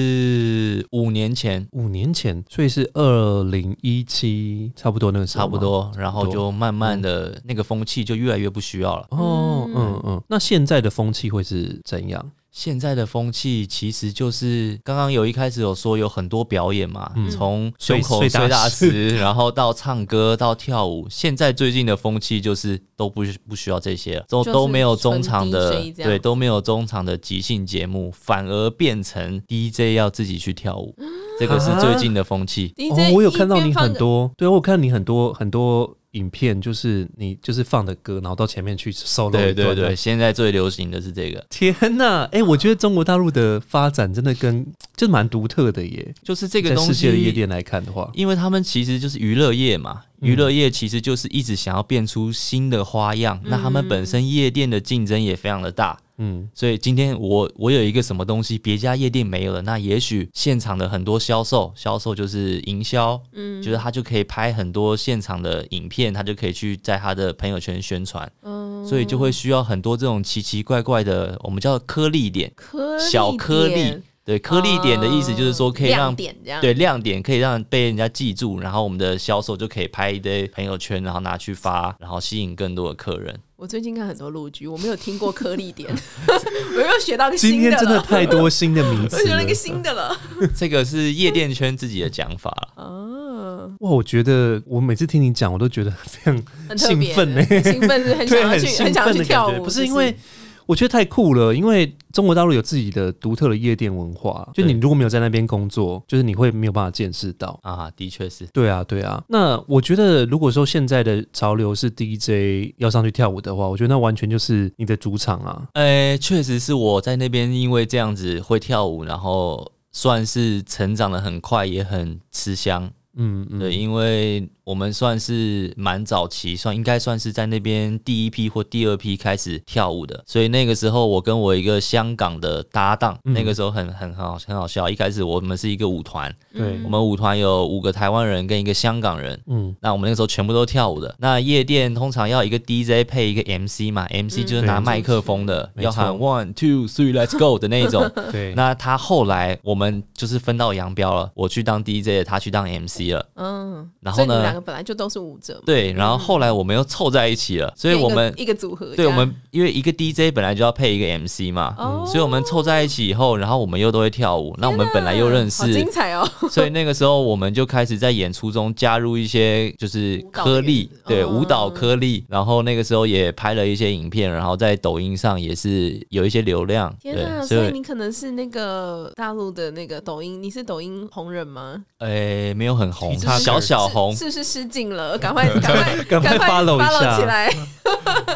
[SPEAKER 3] 是五年前。
[SPEAKER 1] 五年前，所以是二零一七，差不多那个时候，
[SPEAKER 3] 差不。多，然后
[SPEAKER 1] 哦多嗯
[SPEAKER 3] 就慢慢的那个风气就越来越不需要了。
[SPEAKER 1] 哦，嗯嗯，那现在的风气会是怎样？
[SPEAKER 3] 现在的风气其实就是刚刚有一开始有说有很多表演嘛，从胸口
[SPEAKER 1] 碎碎
[SPEAKER 3] 碎
[SPEAKER 1] 嗯大
[SPEAKER 3] 大
[SPEAKER 1] 石
[SPEAKER 3] 石， 然后到唱歌到跳舞。现在最近的风气就是都不需不需要这些了，都
[SPEAKER 2] 就是
[SPEAKER 3] 都没有中场
[SPEAKER 2] 纯
[SPEAKER 3] 的
[SPEAKER 2] DJ 这样
[SPEAKER 3] 对，都没有中场的即兴节目，反而变成 DJ 要自己去跳舞，
[SPEAKER 2] 啊
[SPEAKER 3] 这个是最近的风气。
[SPEAKER 1] 哦，
[SPEAKER 2] DJ
[SPEAKER 1] 我有看到
[SPEAKER 2] 一
[SPEAKER 1] 你
[SPEAKER 2] 边放
[SPEAKER 1] 很多，对啊，我有看你很多很多影片，就是你就是放的歌，然后到前面去 solo
[SPEAKER 3] 对
[SPEAKER 1] 一段
[SPEAKER 3] 对
[SPEAKER 1] 啊
[SPEAKER 3] 对，。现在最流行的是这个。
[SPEAKER 1] 天呐，哎、我觉得中国大陆的发展真的跟就蛮独特的耶。
[SPEAKER 3] 就是这个
[SPEAKER 1] 在
[SPEAKER 3] 东
[SPEAKER 1] 世
[SPEAKER 3] 西
[SPEAKER 1] 界的夜店来看的话，
[SPEAKER 3] 因为他们其实就是娱乐业嘛，娱乐业其实就是一直想要变出新的花样。那他们本身夜店的竞争也非常的大，
[SPEAKER 1] 嗯，
[SPEAKER 3] 所以今天我我有一个什么东西，别家夜店没有的，那也许现场的很多销售，销售就是营销，嗯，就是他就可以拍很多现场的影片，他就可以去在他的朋友圈宣传，嗯，所以就会需要很多这种奇奇怪怪的，我们叫颗粒点，
[SPEAKER 2] 颗粒
[SPEAKER 3] 小颗粒
[SPEAKER 2] 点，，
[SPEAKER 3] 对，颗粒点的意思就是说可以让
[SPEAKER 2] 亮点这样，
[SPEAKER 3] 对，亮点可以让被人家记住，然后我们的销售就可以拍一堆朋友圈，然后拿去发，然后吸引更多的客人。
[SPEAKER 2] 我最近看很多陆剧，我没有听过颗粒点，我又学到一个
[SPEAKER 1] 今
[SPEAKER 2] 新
[SPEAKER 1] 天
[SPEAKER 2] 的
[SPEAKER 1] 真的
[SPEAKER 2] 了，
[SPEAKER 1] 太多新的名
[SPEAKER 2] 我
[SPEAKER 1] 词
[SPEAKER 2] 学
[SPEAKER 1] 了
[SPEAKER 2] 了一。个新的了。
[SPEAKER 3] 这个是夜店圈自己的讲法了。
[SPEAKER 2] 哦，
[SPEAKER 1] 哇，我觉得我每次听你讲，我都觉得非常
[SPEAKER 2] 很特别
[SPEAKER 1] 兴奋呢
[SPEAKER 2] 兴奋是很想
[SPEAKER 1] 对，
[SPEAKER 2] 要
[SPEAKER 1] 很
[SPEAKER 2] 去，
[SPEAKER 1] 兴
[SPEAKER 2] 很想要
[SPEAKER 1] 奋
[SPEAKER 2] 去
[SPEAKER 1] 的
[SPEAKER 2] 跳
[SPEAKER 1] 感觉。
[SPEAKER 2] 舞，
[SPEAKER 1] 不是因为我觉得太酷了，因为中国大陆有自己的独特的夜店文化，就你
[SPEAKER 3] 对
[SPEAKER 1] 如果没有在那边工作，就是你会没有办法见识到。
[SPEAKER 3] 啊，的确是。
[SPEAKER 1] 对啊，对啊。那我觉得，如果说现在的潮流是 DJ 要上去跳舞的话，我觉得那完全就是你的主场啊。
[SPEAKER 3] 呃，确实是我在那边，因为这样子会跳舞，然后算是成长的很快，也很吃香。
[SPEAKER 1] 嗯嗯，
[SPEAKER 3] 对，因为我们算是蛮早期，算应该算是在那边第一批或第二批开始跳舞的，所以那个时候我跟我一个香港的搭档，
[SPEAKER 1] 嗯
[SPEAKER 3] 那个时候很很很好很好笑。一开始我们是一个舞团，
[SPEAKER 1] 对
[SPEAKER 3] 我，们舞团有五个台湾人跟一个香港人，
[SPEAKER 1] 嗯，
[SPEAKER 3] 那我们那个时候全部都跳舞的。那夜店通常要一个 DJ 配一个 MC 嘛，MC
[SPEAKER 1] 嗯
[SPEAKER 3] 就是拿麦克风的，
[SPEAKER 1] 对
[SPEAKER 3] 要喊
[SPEAKER 1] 没
[SPEAKER 3] one two three let's go 的那一种。
[SPEAKER 1] 对。
[SPEAKER 3] 那他后来我们就是分道扬镳了，我去当 DJ，他去当 MC 了。
[SPEAKER 2] 嗯，
[SPEAKER 3] 然
[SPEAKER 2] 所
[SPEAKER 3] 后
[SPEAKER 2] 以你们两
[SPEAKER 3] 呢
[SPEAKER 2] 个，个本来就都是舞者嘛，
[SPEAKER 3] 对，然后后来我们又凑在一起了，所以我们
[SPEAKER 2] 嗯变一个一个组合这样，
[SPEAKER 3] 对我们因为一个 DJ 本来就要配一个 MC 嘛，
[SPEAKER 2] 哦，
[SPEAKER 3] 所以我们凑在一起以后，然后我们又都会跳舞，那我们本来又认
[SPEAKER 2] 好
[SPEAKER 3] 识
[SPEAKER 2] 精，彩哦，
[SPEAKER 3] 所以那个时候我们就开始在演出中加入一些就是颗粒
[SPEAKER 2] 舞蹈，的
[SPEAKER 3] 对
[SPEAKER 2] 元素
[SPEAKER 3] 舞蹈
[SPEAKER 2] 嗯
[SPEAKER 3] 颗粒，然后那个时候也拍了一些影片，然后在抖音上也是有一些流量，
[SPEAKER 2] 天哪！
[SPEAKER 3] 对，
[SPEAKER 2] 所以你可能是那个大陆的那个抖音，你是抖音红人吗？
[SPEAKER 3] 诶没有很红，
[SPEAKER 1] 体制
[SPEAKER 3] 小小红，
[SPEAKER 2] 是是不是失敬了？赶快赶快
[SPEAKER 1] 赶快
[SPEAKER 2] 快
[SPEAKER 1] follow 一下
[SPEAKER 2] 起来！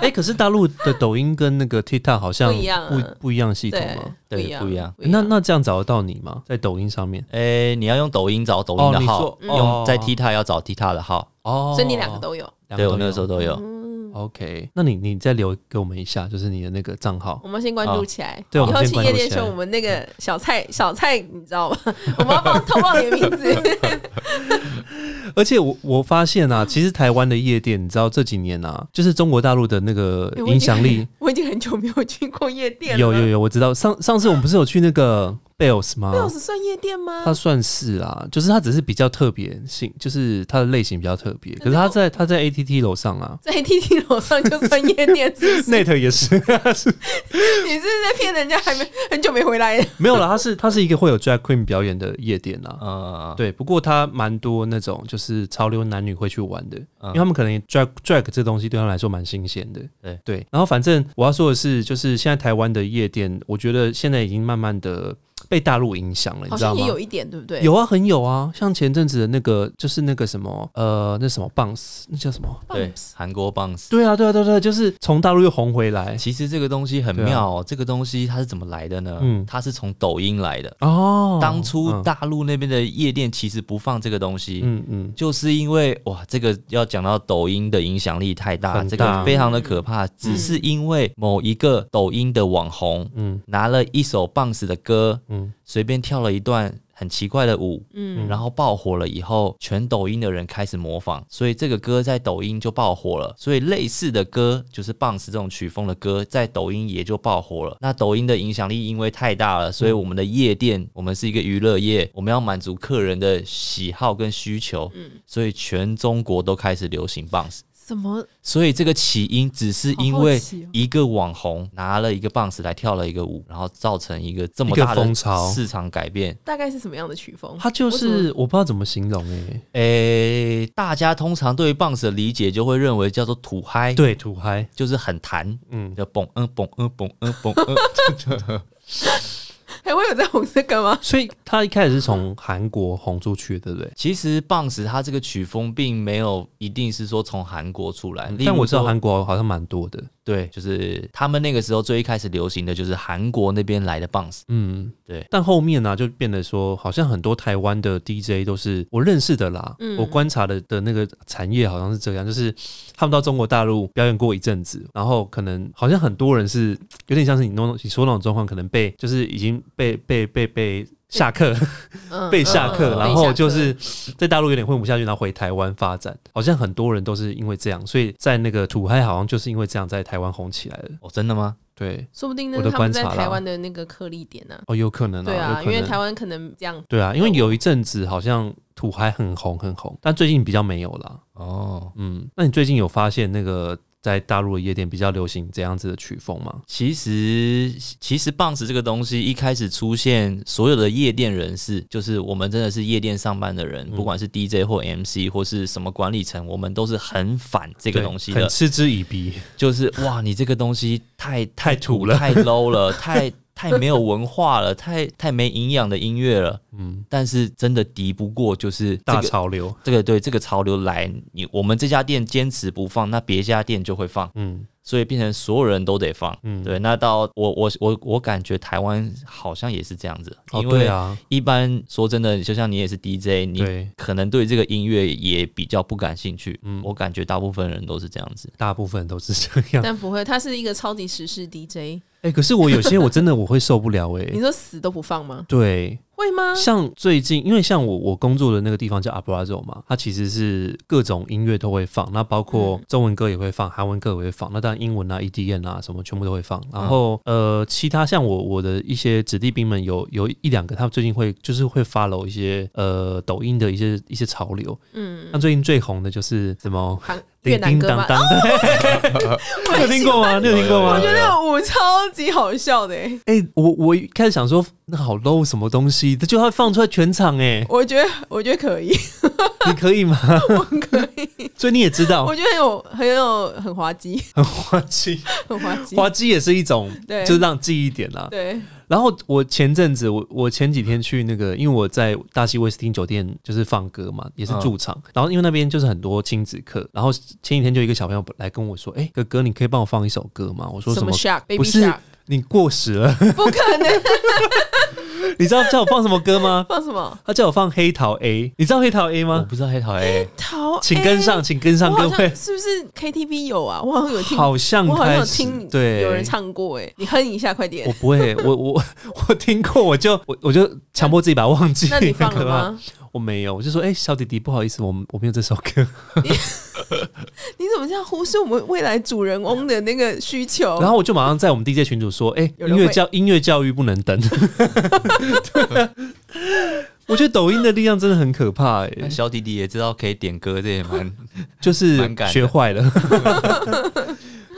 [SPEAKER 1] 哎，可是大陆的抖音跟那个 TikTok 好像
[SPEAKER 2] 不一样啊
[SPEAKER 1] 不不一样系统
[SPEAKER 2] 对
[SPEAKER 1] 吗？，
[SPEAKER 3] 对
[SPEAKER 2] 一样，
[SPEAKER 3] 不一样
[SPEAKER 1] 那那这样找得到你吗？在抖音上面？
[SPEAKER 3] 诶、你要用抖音找抖音
[SPEAKER 1] 哦
[SPEAKER 3] 的
[SPEAKER 1] 你
[SPEAKER 3] 号，
[SPEAKER 1] 说哦
[SPEAKER 3] 用在 T 他要找 T 他的号，
[SPEAKER 1] 哦
[SPEAKER 2] 所以你两个都有。
[SPEAKER 1] 两
[SPEAKER 3] 对
[SPEAKER 1] 个
[SPEAKER 3] 我那个时候
[SPEAKER 1] 都
[SPEAKER 3] 都有。
[SPEAKER 2] 嗯，
[SPEAKER 1] 有 OK。那你你再留给我们一下，就是你的那个账号
[SPEAKER 2] 我。们先关注起来。
[SPEAKER 1] 啊对我
[SPEAKER 2] 以
[SPEAKER 1] 们
[SPEAKER 2] 后
[SPEAKER 1] 先
[SPEAKER 2] 去
[SPEAKER 1] 关
[SPEAKER 2] 夜
[SPEAKER 1] 注
[SPEAKER 2] 店
[SPEAKER 1] 起
[SPEAKER 2] 秀，
[SPEAKER 1] 来
[SPEAKER 2] 我们那个小菜小菜，你知道吗？ 我们要报偷报你的名字。
[SPEAKER 1] 而且我我发现啊，其实台湾的夜店，你知道这几年啊，就是中国大陆的那个
[SPEAKER 2] 欸我已 经
[SPEAKER 1] 影响 力，
[SPEAKER 2] 我已经很久没有去过夜店了。
[SPEAKER 1] 有有有，我知道。上上次我们不是有去那个 Bells 吗？
[SPEAKER 2] 六十算夜店吗
[SPEAKER 1] 它？算是啦、就是它只是比较特别性，就是它的类型比较特别。可是它在它在 ATT 楼上啊
[SPEAKER 2] 在 ATT 楼上就算夜 店， 是不是？
[SPEAKER 1] ，Net 也是
[SPEAKER 2] 你是不是在骗人家？还没很久没回来。
[SPEAKER 1] 没有啦，它是它是一个会有 drag queen 表演的夜店啊。
[SPEAKER 3] 嗯，
[SPEAKER 1] 对，不过它蛮多那种就是潮流男女会去玩的，因为他们可能 drag drag 这东西对他们来说蛮新鲜的。
[SPEAKER 3] 对
[SPEAKER 1] 对，然后反正我要说的是，就是现在台湾的夜店，我觉得现在已经慢慢的被大陆影响了，你
[SPEAKER 2] 好
[SPEAKER 1] 知道
[SPEAKER 2] 像
[SPEAKER 1] 吗？
[SPEAKER 2] 也有一点，对不对？
[SPEAKER 1] 有啊，很有啊，像前阵子的那个，就是那个什么，呃，那什么 bounce，那叫什么？
[SPEAKER 3] 对
[SPEAKER 2] Bumps，
[SPEAKER 3] 韩国 bounce。
[SPEAKER 1] 对啊，对啊，对啊对啊，就是从大陆又红回来
[SPEAKER 3] 其实这个东西很妙、哦，这个东西它是怎么来的呢？
[SPEAKER 1] 啊嗯
[SPEAKER 3] 它是从抖音来的。
[SPEAKER 1] 哦。
[SPEAKER 3] 当初
[SPEAKER 1] 嗯
[SPEAKER 3] 大陆那边的夜店其实不放这个东西，
[SPEAKER 1] 嗯嗯，
[SPEAKER 3] 就是因为哇，这个要讲到抖音的影响力太大，
[SPEAKER 1] 很大嗯
[SPEAKER 3] 这个非常的可怕。只是因为某一个抖音的网红，
[SPEAKER 1] 嗯
[SPEAKER 3] 嗯，拿了一首 bounce 的歌，
[SPEAKER 1] 嗯
[SPEAKER 3] 嗯，随便跳了一段很奇怪的舞，
[SPEAKER 2] 嗯，
[SPEAKER 3] 然后爆火了以后，全抖音的人开始模仿，所以这个歌在抖音就爆火了。所以类似的歌，就是 bounce 这种曲风的歌，在抖音也就爆火了。那抖音的影响力因为太大了，
[SPEAKER 2] 嗯
[SPEAKER 3] 所以我们的夜店，我们是一个娱乐业，我们要满足客人的喜好跟需求，
[SPEAKER 2] 嗯
[SPEAKER 3] 所以全中国都开始流行 bounce。
[SPEAKER 2] 什么？
[SPEAKER 3] 所以这个起因只是因
[SPEAKER 2] 好好
[SPEAKER 3] 为
[SPEAKER 2] 奇哦
[SPEAKER 3] 一个网红拿了一个 bounce 来跳了一个舞，然后造成一个这么
[SPEAKER 1] 一个
[SPEAKER 3] 大的
[SPEAKER 1] 风潮
[SPEAKER 3] 市场改变。
[SPEAKER 2] 大概是什么样的曲风？
[SPEAKER 1] 它就
[SPEAKER 2] 我怎么
[SPEAKER 1] 是我不知道怎么形容欸诶、
[SPEAKER 3] 诶、大家通常对于 bounce 的理解就会认为叫做土嗨，，
[SPEAKER 1] 对，土嗨，
[SPEAKER 3] 就是很弹，
[SPEAKER 1] 嗯，
[SPEAKER 3] 叫嘣嗯嘣嗯嘣嗯嘣 嗯，
[SPEAKER 2] 还会有在红这个吗？
[SPEAKER 1] 所以它一开始是从韩国红出去的，对不对？
[SPEAKER 3] 其实 bounce 它这个曲风并没有一定是说从韩国出来，
[SPEAKER 1] 嗯
[SPEAKER 3] 例如
[SPEAKER 1] 但我知道
[SPEAKER 3] 说
[SPEAKER 1] 韩国好像蛮多的，
[SPEAKER 3] 对，就是他们那个时候最一开始流行的就是韩国那边来的 bounce，
[SPEAKER 1] 嗯，
[SPEAKER 3] 对，
[SPEAKER 1] 但后面呢、就变得说，好像很多台湾的 DJ 都是我认识的啦，
[SPEAKER 2] 嗯
[SPEAKER 1] 我观察的的那个产业好像是这样，就是他们到中国大陆表演过一阵子，然后可能好像很多人是有点像是你那种你说那种状况，可能被就是已经被被被被下课，
[SPEAKER 2] 嗯
[SPEAKER 1] 被下课，
[SPEAKER 2] 嗯嗯
[SPEAKER 1] 然后就
[SPEAKER 2] 被
[SPEAKER 1] 是
[SPEAKER 2] 下课
[SPEAKER 1] 在大陆有点混不下去，然后回台湾发展，好像很多人都是因为这样，所以在那个土嗨好像就是因为这样在台湾红起来了，
[SPEAKER 3] 哦，真的吗？
[SPEAKER 1] 对，
[SPEAKER 2] 说不定那
[SPEAKER 1] 我
[SPEAKER 2] 是
[SPEAKER 1] 的
[SPEAKER 2] 他
[SPEAKER 1] 观
[SPEAKER 2] 们在
[SPEAKER 1] 察啦
[SPEAKER 2] 台湾的那个颗粒点呢。
[SPEAKER 1] 哦，有可能啊，
[SPEAKER 2] 对啊，
[SPEAKER 1] 有
[SPEAKER 2] 因
[SPEAKER 1] 可
[SPEAKER 2] 为
[SPEAKER 1] 能
[SPEAKER 2] 台湾可嗯能这样。
[SPEAKER 1] 对啊，因为有一阵子好像土还很红很红，但最近比较没有啦。
[SPEAKER 3] 哦，
[SPEAKER 1] 嗯，那你最近有发现那个在大陆的夜店比较流行这样子的曲风吗？
[SPEAKER 3] 其实，其实 bounce 这个东西一开始出现，所有的夜店人士，就是我们真的是夜店上班的
[SPEAKER 1] 嗯
[SPEAKER 3] 人，不管是 DJ 或 MC 或是什么管理层，我们都是很反这个
[SPEAKER 1] 对
[SPEAKER 3] 东西
[SPEAKER 1] 很
[SPEAKER 3] 的。
[SPEAKER 1] 嗤之以鼻。
[SPEAKER 3] 就是哇，你这个东西太
[SPEAKER 1] 太土了
[SPEAKER 3] 太 low 了，太太没有文化了，太太没营养的音乐了。
[SPEAKER 1] 嗯，
[SPEAKER 3] 但是真的敌不过就是这
[SPEAKER 1] 大
[SPEAKER 3] 个
[SPEAKER 1] 潮流。
[SPEAKER 3] 这个对这个潮流来，你我们这家店坚持不放，那别家店就会放。
[SPEAKER 1] 嗯
[SPEAKER 3] 所以变成所有人都得放。
[SPEAKER 1] 嗯，
[SPEAKER 3] 对，那到我我我我感觉台湾好像也是这样子，
[SPEAKER 1] 哦
[SPEAKER 3] 因
[SPEAKER 1] 对
[SPEAKER 3] 为
[SPEAKER 1] 啊，
[SPEAKER 3] 一般说真的，就像你也是 DJ，你
[SPEAKER 1] 对，
[SPEAKER 3] 可能对这个音乐也比较不感兴趣。
[SPEAKER 1] 嗯
[SPEAKER 3] 我感觉大部分人都是这样子。
[SPEAKER 1] 大部分都是这 样。
[SPEAKER 2] 但不会，他是一个超级时事 DJ。
[SPEAKER 1] 哎、可是我有些我真的我会受不了哎、
[SPEAKER 2] 你说死都不放吗？
[SPEAKER 1] 对，
[SPEAKER 2] 会吗？
[SPEAKER 1] 像最近，因为像我我工作的那个地方叫 Abrazo 嘛，它其实是各种音乐都会放，那包括
[SPEAKER 2] 嗯
[SPEAKER 1] 中文歌也会放，韩文歌也会放，那当然英文啊、EDM 啊什么全部都会放。然后、
[SPEAKER 2] 嗯
[SPEAKER 1] 呃，其他像我我的一些子弟兵们有有一两个，他们最近会就是会 follow 一些呃抖音的一些一些潮流。
[SPEAKER 2] 嗯，
[SPEAKER 1] 那最近最红的就是什么
[SPEAKER 2] 韩 越
[SPEAKER 1] 叮
[SPEAKER 2] 南
[SPEAKER 1] 叮
[SPEAKER 2] 歌
[SPEAKER 1] 当
[SPEAKER 2] 吗？
[SPEAKER 1] 当，
[SPEAKER 2] 我
[SPEAKER 1] 你有听过吗？你有听过吗
[SPEAKER 2] 我觉？得我超级好笑的欸、
[SPEAKER 1] 哎、我我一开始想说那好 low 什么东西，这就要放出来全场哎、
[SPEAKER 2] 我觉得我觉得 可以，
[SPEAKER 1] 你可以吗？
[SPEAKER 2] 可以，
[SPEAKER 1] 所以你也知道
[SPEAKER 2] 我，觉得很有很有很滑稽，
[SPEAKER 1] 滑稽，
[SPEAKER 2] 很滑稽，
[SPEAKER 1] 滑稽也是一种，
[SPEAKER 2] 对
[SPEAKER 1] 就是让记忆点啦、
[SPEAKER 2] 对，
[SPEAKER 1] 然后我前阵子，我我前几天去那个，因为我在大西威斯汀酒店就是放歌嘛，也是驻场。然后因为那边就是很多亲子课，然后前几天就有一个小朋友来跟我说：“哎、哥哥，你可以帮我放一首歌吗？”我说：“
[SPEAKER 2] 什
[SPEAKER 1] 什么？
[SPEAKER 2] shark baby
[SPEAKER 1] 不是
[SPEAKER 2] shark
[SPEAKER 1] 你过时了，
[SPEAKER 2] 不可能
[SPEAKER 1] 你知道叫我放什么歌吗？”
[SPEAKER 2] 放什么
[SPEAKER 1] 他叫我放《黑桃 A》，你知道《黑桃 A》
[SPEAKER 3] 我
[SPEAKER 1] 吗？
[SPEAKER 3] 不知道黑桃 哎 A，
[SPEAKER 2] 桃，哎
[SPEAKER 1] 请跟上，。请跟
[SPEAKER 2] 我
[SPEAKER 1] 上，各
[SPEAKER 2] 好
[SPEAKER 1] 位
[SPEAKER 2] 像。是不是 KTV 有啊？我好像有听，
[SPEAKER 1] 好像
[SPEAKER 2] 我好像
[SPEAKER 1] 开
[SPEAKER 2] 有
[SPEAKER 1] 始
[SPEAKER 2] 听
[SPEAKER 1] 对
[SPEAKER 2] 有人唱过哎、你哼一下，快
[SPEAKER 1] 我
[SPEAKER 2] 点。
[SPEAKER 1] 不会，我我我听过，我就我我就强迫自己把它忘记。
[SPEAKER 2] 那你放
[SPEAKER 1] 很
[SPEAKER 2] 了
[SPEAKER 1] 可怕？
[SPEAKER 2] 吗？
[SPEAKER 1] 我没有，我就说，哎、小弟弟，不好意思，我们我没有这首歌。
[SPEAKER 2] 你怎么这样忽视我们未来主人翁的那个需求？
[SPEAKER 1] 然后我就马上在我们 DJ 群组说，哎、
[SPEAKER 2] 哦有人
[SPEAKER 1] 音乐
[SPEAKER 2] 会
[SPEAKER 1] 教音乐教育不能等。 对啊我觉得抖音的力量真的很可怕、
[SPEAKER 3] 那
[SPEAKER 1] 哎，
[SPEAKER 3] 小弟弟也知道可以点歌，这也蛮
[SPEAKER 1] 就是
[SPEAKER 3] 蛮感的
[SPEAKER 1] 学坏 了。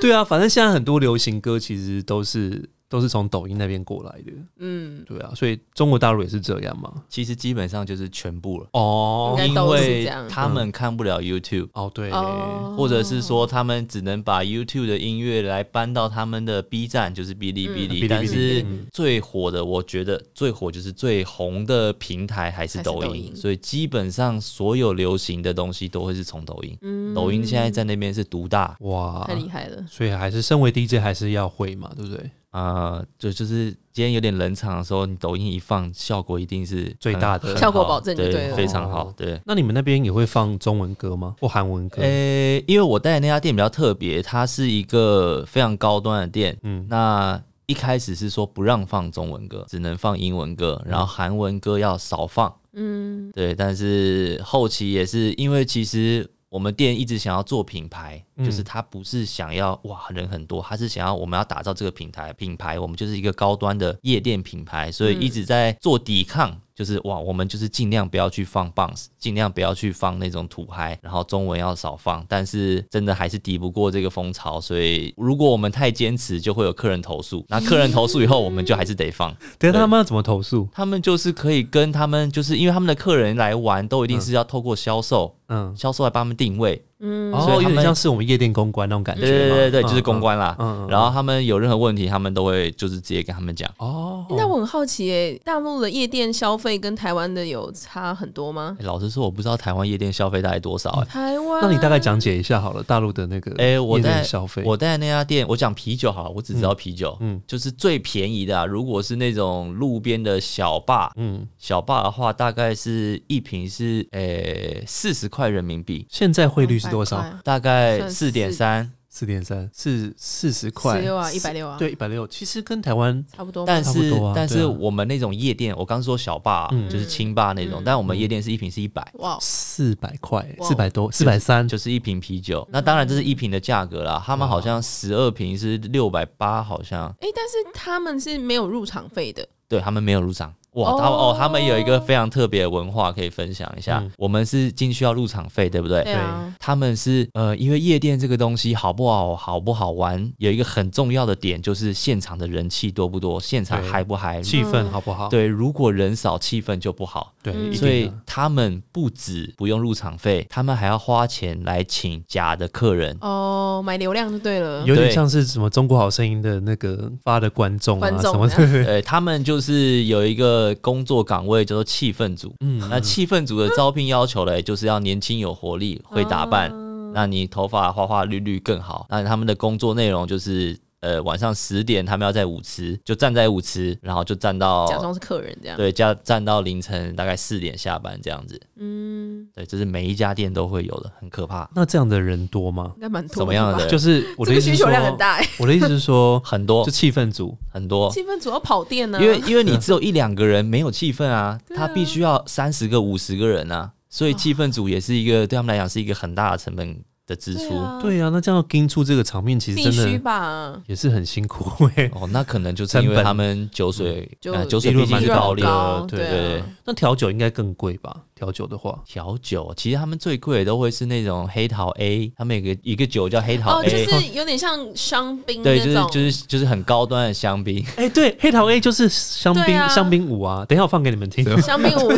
[SPEAKER 1] 对啊，反正现在很多流行歌其实都是都是从抖音那边过来的，
[SPEAKER 2] 嗯，
[SPEAKER 1] 对啊，所以中国大陆也是这样嘛。
[SPEAKER 3] 其实基本上就是全部了，
[SPEAKER 1] 哦
[SPEAKER 2] 应该
[SPEAKER 3] 因
[SPEAKER 2] 都是这
[SPEAKER 3] 为
[SPEAKER 2] 样
[SPEAKER 3] 他们看不了 YouTube。
[SPEAKER 1] 哦，对，
[SPEAKER 2] 哦，
[SPEAKER 3] 或者是说，他们只能把 YouTube 的音乐来搬到他们的 B 站，就是哔哩哔
[SPEAKER 1] 嗯哔
[SPEAKER 3] 哩。
[SPEAKER 1] 哩
[SPEAKER 3] 但
[SPEAKER 1] 哔哩
[SPEAKER 3] 是
[SPEAKER 1] 嗯
[SPEAKER 3] 最火的，我觉得最火就是最红的平台还是
[SPEAKER 2] 还是
[SPEAKER 3] 抖
[SPEAKER 2] 抖
[SPEAKER 3] 音，
[SPEAKER 2] 音
[SPEAKER 3] 所以基本上所有流行的东西都会是从抖音。
[SPEAKER 2] 嗯
[SPEAKER 3] 抖音现在在那边是独大，
[SPEAKER 1] 哇，
[SPEAKER 2] 太厉害了。
[SPEAKER 1] 所以还是身为 DJ 还是要会嘛，对不对？
[SPEAKER 3] 啊，就就是今天有点冷场的时候，你抖音一放，效果一定是
[SPEAKER 1] 最
[SPEAKER 3] 很
[SPEAKER 1] 大的
[SPEAKER 3] 很
[SPEAKER 2] 效果
[SPEAKER 3] 好
[SPEAKER 2] 保证就对
[SPEAKER 3] 对，
[SPEAKER 2] 了
[SPEAKER 3] 非常好
[SPEAKER 1] 哦，
[SPEAKER 3] 对。
[SPEAKER 1] 那你们那边也会放中文歌吗？或韩文歌？
[SPEAKER 3] 诶、因为我带的那家店比较特别，它是一个非常高端的店。
[SPEAKER 1] 嗯，
[SPEAKER 3] 那一开始是说不让放中文歌，只能放英文歌，然后韩文歌要少放。
[SPEAKER 2] 嗯，
[SPEAKER 3] 对，但是后期也是因为其实我们店一直想要做品牌，
[SPEAKER 1] 嗯
[SPEAKER 3] 就是它不是想要哇人很多，它是想要我们要打造这个品牌，品牌我们就是一个高端的夜店品牌，所以一直在做抵抗。就是哇，我们就是尽量不要去放 bounce，尽量不要去放那种土嗨，然后中文要少放。但是真的还是敌不过这个风潮，所以如果我们太坚持，就会有客人投诉。那客人投诉以后，我们就还是得放。
[SPEAKER 1] 等一下他们要怎么投诉？
[SPEAKER 3] 他们就是可以跟他们，就是因为他们的客人来玩，都一定是要透过销售，
[SPEAKER 1] 嗯，
[SPEAKER 3] 销售来帮他们定位。
[SPEAKER 1] 哦
[SPEAKER 3] 嗯所以，他
[SPEAKER 1] 有
[SPEAKER 3] 们
[SPEAKER 1] 点像是我们夜店公关那种感觉
[SPEAKER 3] 对
[SPEAKER 1] 嘛。
[SPEAKER 3] 对对对，就是
[SPEAKER 1] 嗯
[SPEAKER 3] 公。关啦。
[SPEAKER 1] 嗯嗯嗯
[SPEAKER 3] 然后他们有任何问题，他们都会就是直接跟他们讲。
[SPEAKER 1] 哦，
[SPEAKER 2] 那我很好奇、欸，大陆的夜店消费跟台湾的有差很多吗？
[SPEAKER 3] 诶哎老实说，我不知道台湾夜店消费大概多少、诶
[SPEAKER 2] 台湾？
[SPEAKER 1] 那你大概讲解一下好了，大陆的那个
[SPEAKER 3] 诶
[SPEAKER 1] 嗯
[SPEAKER 3] 我
[SPEAKER 1] 夜店
[SPEAKER 3] 在
[SPEAKER 1] 消费，
[SPEAKER 3] 我在那家店，我讲啤酒好了，我只知道啤酒，
[SPEAKER 1] 嗯嗯
[SPEAKER 3] 就是最便宜的、啊。如果是那种路边的小坝，
[SPEAKER 1] 嗯，
[SPEAKER 3] 小坝的话，大概是一瓶是诶四十块人民币，
[SPEAKER 1] 现在汇率是多
[SPEAKER 2] 两
[SPEAKER 1] 少
[SPEAKER 2] 百？块啊
[SPEAKER 3] 大概
[SPEAKER 2] 算
[SPEAKER 3] 四点三。
[SPEAKER 1] 四点三，是四十块，
[SPEAKER 2] 16啊160啊
[SPEAKER 1] 对，一百六，其实跟台湾
[SPEAKER 2] 差不多吗，
[SPEAKER 3] 但
[SPEAKER 1] 差不
[SPEAKER 3] 是、
[SPEAKER 1] 多啊
[SPEAKER 3] 但
[SPEAKER 1] 对
[SPEAKER 3] 是
[SPEAKER 1] 啊
[SPEAKER 3] 我们那种夜店，我刚说小坝啊、
[SPEAKER 1] 嗯
[SPEAKER 3] 就是清吧那种，但我们夜店是一瓶是一百、
[SPEAKER 2] 哇，
[SPEAKER 1] 四百块，
[SPEAKER 2] 哇
[SPEAKER 1] 四百多，四百三，
[SPEAKER 3] 就是一瓶啤酒。那当然这是一瓶的价格啦，他们好像十二瓶是六百八，好像
[SPEAKER 2] 哎、但是他们是没有入场费的，
[SPEAKER 3] 对他们没有入场。哇，
[SPEAKER 2] 哦
[SPEAKER 3] 他们哦，他们有一个非常特别的文化可以分享一下。
[SPEAKER 1] 嗯
[SPEAKER 3] 我们是进去要入场费，对不对？
[SPEAKER 2] 对啊，
[SPEAKER 3] 他们是呃，因为夜店这个东西好不好、好不好玩，有一个很重要的点就是现场的人气多不多，现场
[SPEAKER 1] 对
[SPEAKER 3] 嗨不嗨？
[SPEAKER 1] 气氛
[SPEAKER 2] 嗯
[SPEAKER 1] 好不好？
[SPEAKER 3] 对，如果人少，气氛就不好。
[SPEAKER 1] 对，一定
[SPEAKER 2] 嗯
[SPEAKER 1] 的
[SPEAKER 3] 所以他们不止不用入场费，他们还要花钱来请假的 客人。
[SPEAKER 2] 哦，买流量就对了，
[SPEAKER 1] 有点
[SPEAKER 3] 对
[SPEAKER 1] 像是什么《中国好声音》的那个发的观众啊
[SPEAKER 2] 观
[SPEAKER 1] 什
[SPEAKER 2] 众
[SPEAKER 1] 么
[SPEAKER 2] 啊
[SPEAKER 1] 的，
[SPEAKER 3] 呃，他们就是有一个工作岗位叫做气氛组。
[SPEAKER 1] 嗯
[SPEAKER 3] 那气氛组的招聘要求嘞，就是要年轻有活力，会打扮。
[SPEAKER 1] 啊
[SPEAKER 2] 嗯
[SPEAKER 3] 那你头发花花绿绿更好。那他们的工作内容就是呃晚上十点，他们要在舞池就站在舞池，然后就站到
[SPEAKER 2] 假装是客人这样。
[SPEAKER 3] 对加站到凌晨大概四点下班这样子。
[SPEAKER 2] 嗯，
[SPEAKER 3] 对，这是每一家店都会有的，很可怕。
[SPEAKER 1] 那这样的人多吗？
[SPEAKER 2] 应该蛮多
[SPEAKER 3] 怎么样
[SPEAKER 2] 吧
[SPEAKER 3] 的？
[SPEAKER 1] 就是我的
[SPEAKER 2] 这
[SPEAKER 1] 意
[SPEAKER 2] 个
[SPEAKER 1] 思是
[SPEAKER 2] 需
[SPEAKER 1] 说，
[SPEAKER 2] 求量很大哎、
[SPEAKER 1] 我的意思是 说，
[SPEAKER 3] 很多
[SPEAKER 1] 就气氛组
[SPEAKER 3] 很多，
[SPEAKER 2] 气氛主要跑店啊呢、
[SPEAKER 3] 因为因为你只有一两个人没有气氛啊，
[SPEAKER 2] 对啊
[SPEAKER 3] 他必须要三十个、五十个人啊，所以气氛组也是一个对他们来讲是一个很大的成本的支
[SPEAKER 2] 对
[SPEAKER 3] 出。
[SPEAKER 2] 啊，
[SPEAKER 1] 对啊，那这样要盯出这个场面，其实
[SPEAKER 2] 必
[SPEAKER 1] 真
[SPEAKER 2] 须
[SPEAKER 1] 的
[SPEAKER 2] 吧。
[SPEAKER 1] 也是很辛苦哎、
[SPEAKER 3] 哦，那可能就是因
[SPEAKER 1] 成
[SPEAKER 3] 为
[SPEAKER 1] 本
[SPEAKER 3] 他们酒水，
[SPEAKER 2] 就
[SPEAKER 3] 呃、酒
[SPEAKER 1] 利
[SPEAKER 3] 水
[SPEAKER 1] 润
[SPEAKER 3] 毕竟
[SPEAKER 1] 蛮
[SPEAKER 3] 是
[SPEAKER 2] 利润
[SPEAKER 1] 高
[SPEAKER 3] 利
[SPEAKER 2] 很
[SPEAKER 3] 的。
[SPEAKER 2] 高
[SPEAKER 1] 对
[SPEAKER 2] 对
[SPEAKER 3] 对
[SPEAKER 2] 啊
[SPEAKER 1] 那调酒应该更贵吧？调酒的话，
[SPEAKER 3] 调酒其实他们最贵的都会是那种黑桃 A，他们有个一个酒叫黑桃
[SPEAKER 2] 哦，就
[SPEAKER 3] A，、
[SPEAKER 2] 是有点像香槟
[SPEAKER 3] 对，
[SPEAKER 2] 那
[SPEAKER 3] 就是
[SPEAKER 2] 种，
[SPEAKER 3] 就是就是很高端的香槟。
[SPEAKER 1] 哎、对，黑桃 A 就是香
[SPEAKER 2] 对
[SPEAKER 1] 槟、
[SPEAKER 2] 啊
[SPEAKER 1] 香槟舞啊。等一下我放给你们听。
[SPEAKER 2] 香槟舞。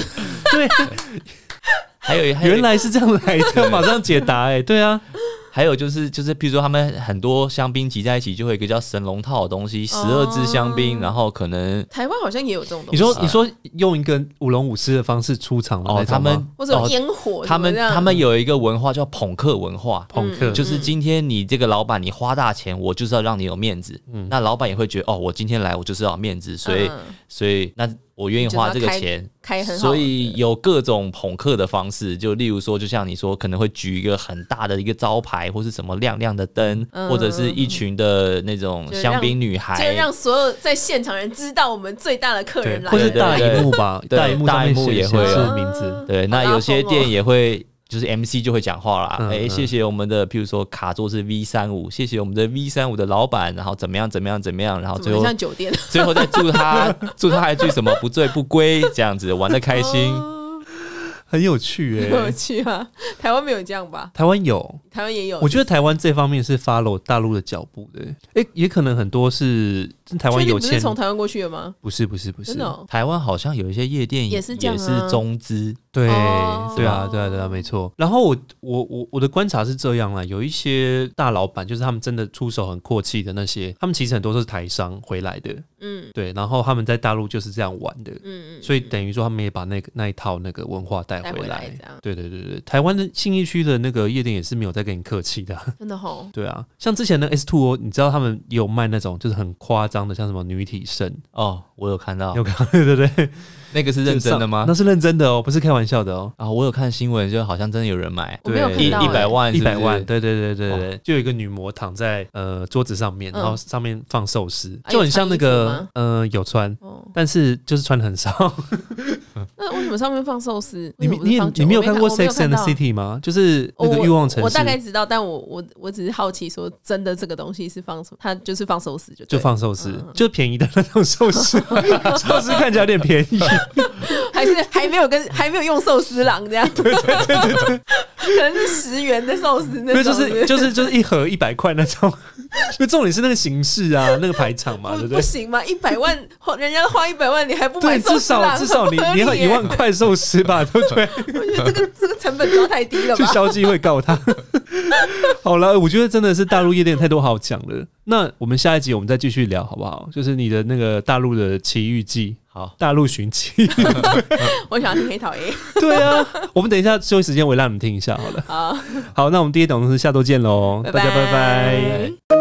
[SPEAKER 1] 对，
[SPEAKER 3] 还有还 有
[SPEAKER 1] 原来是这样来 的，马上解答哎、对啊，
[SPEAKER 3] 还有就是就是，譬如说他们很多香槟集在一起，就会有一个叫神龙套的东西，十二支香
[SPEAKER 2] 哦
[SPEAKER 3] 槟，然后可能
[SPEAKER 2] 台湾好像也有这种东
[SPEAKER 1] 你
[SPEAKER 2] 西，
[SPEAKER 1] 说你说用一个舞龙舞狮的方式出场的
[SPEAKER 3] 哦
[SPEAKER 1] 那，种
[SPEAKER 3] 他们
[SPEAKER 1] 吗
[SPEAKER 2] 或者有
[SPEAKER 3] 哦
[SPEAKER 2] 烟火、
[SPEAKER 3] 他们
[SPEAKER 2] 怎么样
[SPEAKER 3] 他们有一个文化叫朋克文化。
[SPEAKER 1] 朋克
[SPEAKER 3] 就是
[SPEAKER 2] 嗯
[SPEAKER 3] 今天你这个老板，你花大钱，我就是要让你有面子。
[SPEAKER 1] 嗯
[SPEAKER 3] 那老板也会觉得，哦，我今天来，我就是要有面子，所以，
[SPEAKER 2] 嗯
[SPEAKER 3] 所以那我愿意花这个钱，
[SPEAKER 2] 开很好，
[SPEAKER 3] 所以有各种朋克的方式，就例如说，就像你说，可能会举一个很大的一个招牌，或是什么亮亮的灯，
[SPEAKER 2] 嗯
[SPEAKER 3] 或者是一群的那种
[SPEAKER 2] 就是让
[SPEAKER 3] 香槟女孩，
[SPEAKER 2] 就是让所有在现场人知道我们最大的客人来
[SPEAKER 1] 或
[SPEAKER 2] 了，
[SPEAKER 1] 是大
[SPEAKER 3] 对
[SPEAKER 1] 荧幕吧，
[SPEAKER 3] 对
[SPEAKER 1] 大荧幕上面
[SPEAKER 3] 大荧幕
[SPEAKER 1] 写
[SPEAKER 3] 也
[SPEAKER 1] 写
[SPEAKER 3] 会啊有
[SPEAKER 1] 是名字，
[SPEAKER 3] 对，那
[SPEAKER 2] 拉
[SPEAKER 3] 有些
[SPEAKER 2] 风哦
[SPEAKER 3] 店也会。就是 MC 就会讲话啦，哎、
[SPEAKER 1] 嗯嗯
[SPEAKER 3] 谢谢我们的，譬如说卡座是 V 三五，谢谢我们的 V 三五的老板，然后怎么样怎么样怎么样，然后
[SPEAKER 2] 怎
[SPEAKER 3] 最
[SPEAKER 2] 么
[SPEAKER 3] 后
[SPEAKER 2] 像酒店？
[SPEAKER 3] 最后再 祝他祝他一句什么不醉不归这样子，玩的开心。
[SPEAKER 2] 哦
[SPEAKER 1] 很有趣哎、
[SPEAKER 2] 很 有趣啊！台湾没有这样吧？
[SPEAKER 1] 台湾有，
[SPEAKER 2] 台湾也有，
[SPEAKER 1] 我觉得台湾这方面是 follow 大陆的脚步的、哎、也可能很多是台湾
[SPEAKER 2] 确定
[SPEAKER 1] 有
[SPEAKER 2] 不是
[SPEAKER 1] 钱，
[SPEAKER 2] 从台湾过去的吗？
[SPEAKER 1] 不是不是不是
[SPEAKER 2] 真，的哦
[SPEAKER 3] 台湾好像有一些夜店
[SPEAKER 2] 也是这样啊
[SPEAKER 3] 也是中资，
[SPEAKER 1] 对
[SPEAKER 2] 哦
[SPEAKER 1] 对啊对啊对啊，没错。然后我我我我的观察是这样啦，有一些大老板就是他们真的出手很阔气的那些，他们其实很多都是台商回来的，
[SPEAKER 2] 嗯
[SPEAKER 1] 对，然后他们在大陆就是这样玩的，
[SPEAKER 2] 嗯嗯，
[SPEAKER 1] 所以等于说他们也把那个那一套那个文化带
[SPEAKER 2] 带
[SPEAKER 1] 回
[SPEAKER 2] 回
[SPEAKER 1] 来
[SPEAKER 2] 来这样。
[SPEAKER 1] 对对对对，台湾的信义区的那个夜店也是没有在跟你客气的啊、
[SPEAKER 2] 真的哦吼，
[SPEAKER 1] 对啊，像之前的 S Two 哦，你知道他们也有卖那种就是很夸张的，像什么女体盛，
[SPEAKER 3] 哦，我有看到
[SPEAKER 1] 你有看对 对对，
[SPEAKER 3] 那个是认真的吗
[SPEAKER 1] 那？是认真的哦，不是开玩笑的哦。
[SPEAKER 3] 啊，我有看新闻，就好像真的有人买
[SPEAKER 2] 我没有
[SPEAKER 1] 对
[SPEAKER 2] 看
[SPEAKER 3] 一
[SPEAKER 2] 到
[SPEAKER 3] 一
[SPEAKER 2] 欸
[SPEAKER 3] 百万
[SPEAKER 1] 一
[SPEAKER 3] 是不是，哦
[SPEAKER 1] 百万，对对对对对，就有一个女模躺在呃桌子上面，然后
[SPEAKER 2] 嗯
[SPEAKER 1] 上面放寿司，
[SPEAKER 2] 啊
[SPEAKER 1] 就很像那
[SPEAKER 2] 有穿衣
[SPEAKER 1] 个
[SPEAKER 2] 服
[SPEAKER 1] 呃有穿，
[SPEAKER 2] 哦，
[SPEAKER 1] 但是就是穿的很少。
[SPEAKER 2] 那为什么上面放寿司？
[SPEAKER 1] 你
[SPEAKER 2] 为什么不
[SPEAKER 1] 你
[SPEAKER 2] 是
[SPEAKER 1] 也
[SPEAKER 2] 放酒
[SPEAKER 1] 你没有
[SPEAKER 2] 我
[SPEAKER 1] 看过《
[SPEAKER 2] 我
[SPEAKER 1] Sex and the
[SPEAKER 2] 到
[SPEAKER 1] City》吗？就是那个
[SPEAKER 2] 哦我
[SPEAKER 1] 欲望城
[SPEAKER 2] 我
[SPEAKER 1] 市
[SPEAKER 2] 大，概知道，但我我我只是好奇，说真的，这个东西是放什么？它就是放寿司就对
[SPEAKER 1] 就
[SPEAKER 2] 了，
[SPEAKER 1] 放寿司
[SPEAKER 2] 嗯，嗯
[SPEAKER 1] 就便宜的那种寿 司， 寿司看起来有点便 宜。
[SPEAKER 2] 还是 还没有跟还没有用寿司郎这 样，对对对对可能是十元的寿司那
[SPEAKER 1] 因为
[SPEAKER 2] 种，
[SPEAKER 1] 就是就是就是一盒一百块那种， 就重点是那个形式啊，那个排场嘛，对
[SPEAKER 2] 不
[SPEAKER 1] 不对
[SPEAKER 2] 不？行嘛，一百万花人家花一百万，你还不买
[SPEAKER 1] 对，
[SPEAKER 2] 寿
[SPEAKER 1] 至
[SPEAKER 2] 司郎
[SPEAKER 1] 少，至少 你
[SPEAKER 2] 很不合
[SPEAKER 1] 你
[SPEAKER 2] 理
[SPEAKER 1] 要
[SPEAKER 2] 耶
[SPEAKER 1] 一万，块寿司吧，对 不对？
[SPEAKER 2] 我觉得这个这个成本抓太低了
[SPEAKER 1] 去
[SPEAKER 2] 吧？
[SPEAKER 1] 消基会告他。 好了，我觉得真的是大陆夜店太多好讲了。那我们下一集我们再继续聊好不好？就是你的那个大陆的奇遇记，
[SPEAKER 3] 好，
[SPEAKER 1] 大陆寻 奇。
[SPEAKER 2] 我想听黑桃 A
[SPEAKER 1] 对啊，我们等一下休息时间，我也让你们听一下好了。
[SPEAKER 2] 好，
[SPEAKER 1] 好，那我们第一档是下周见喽，大家拜拜。
[SPEAKER 2] 拜。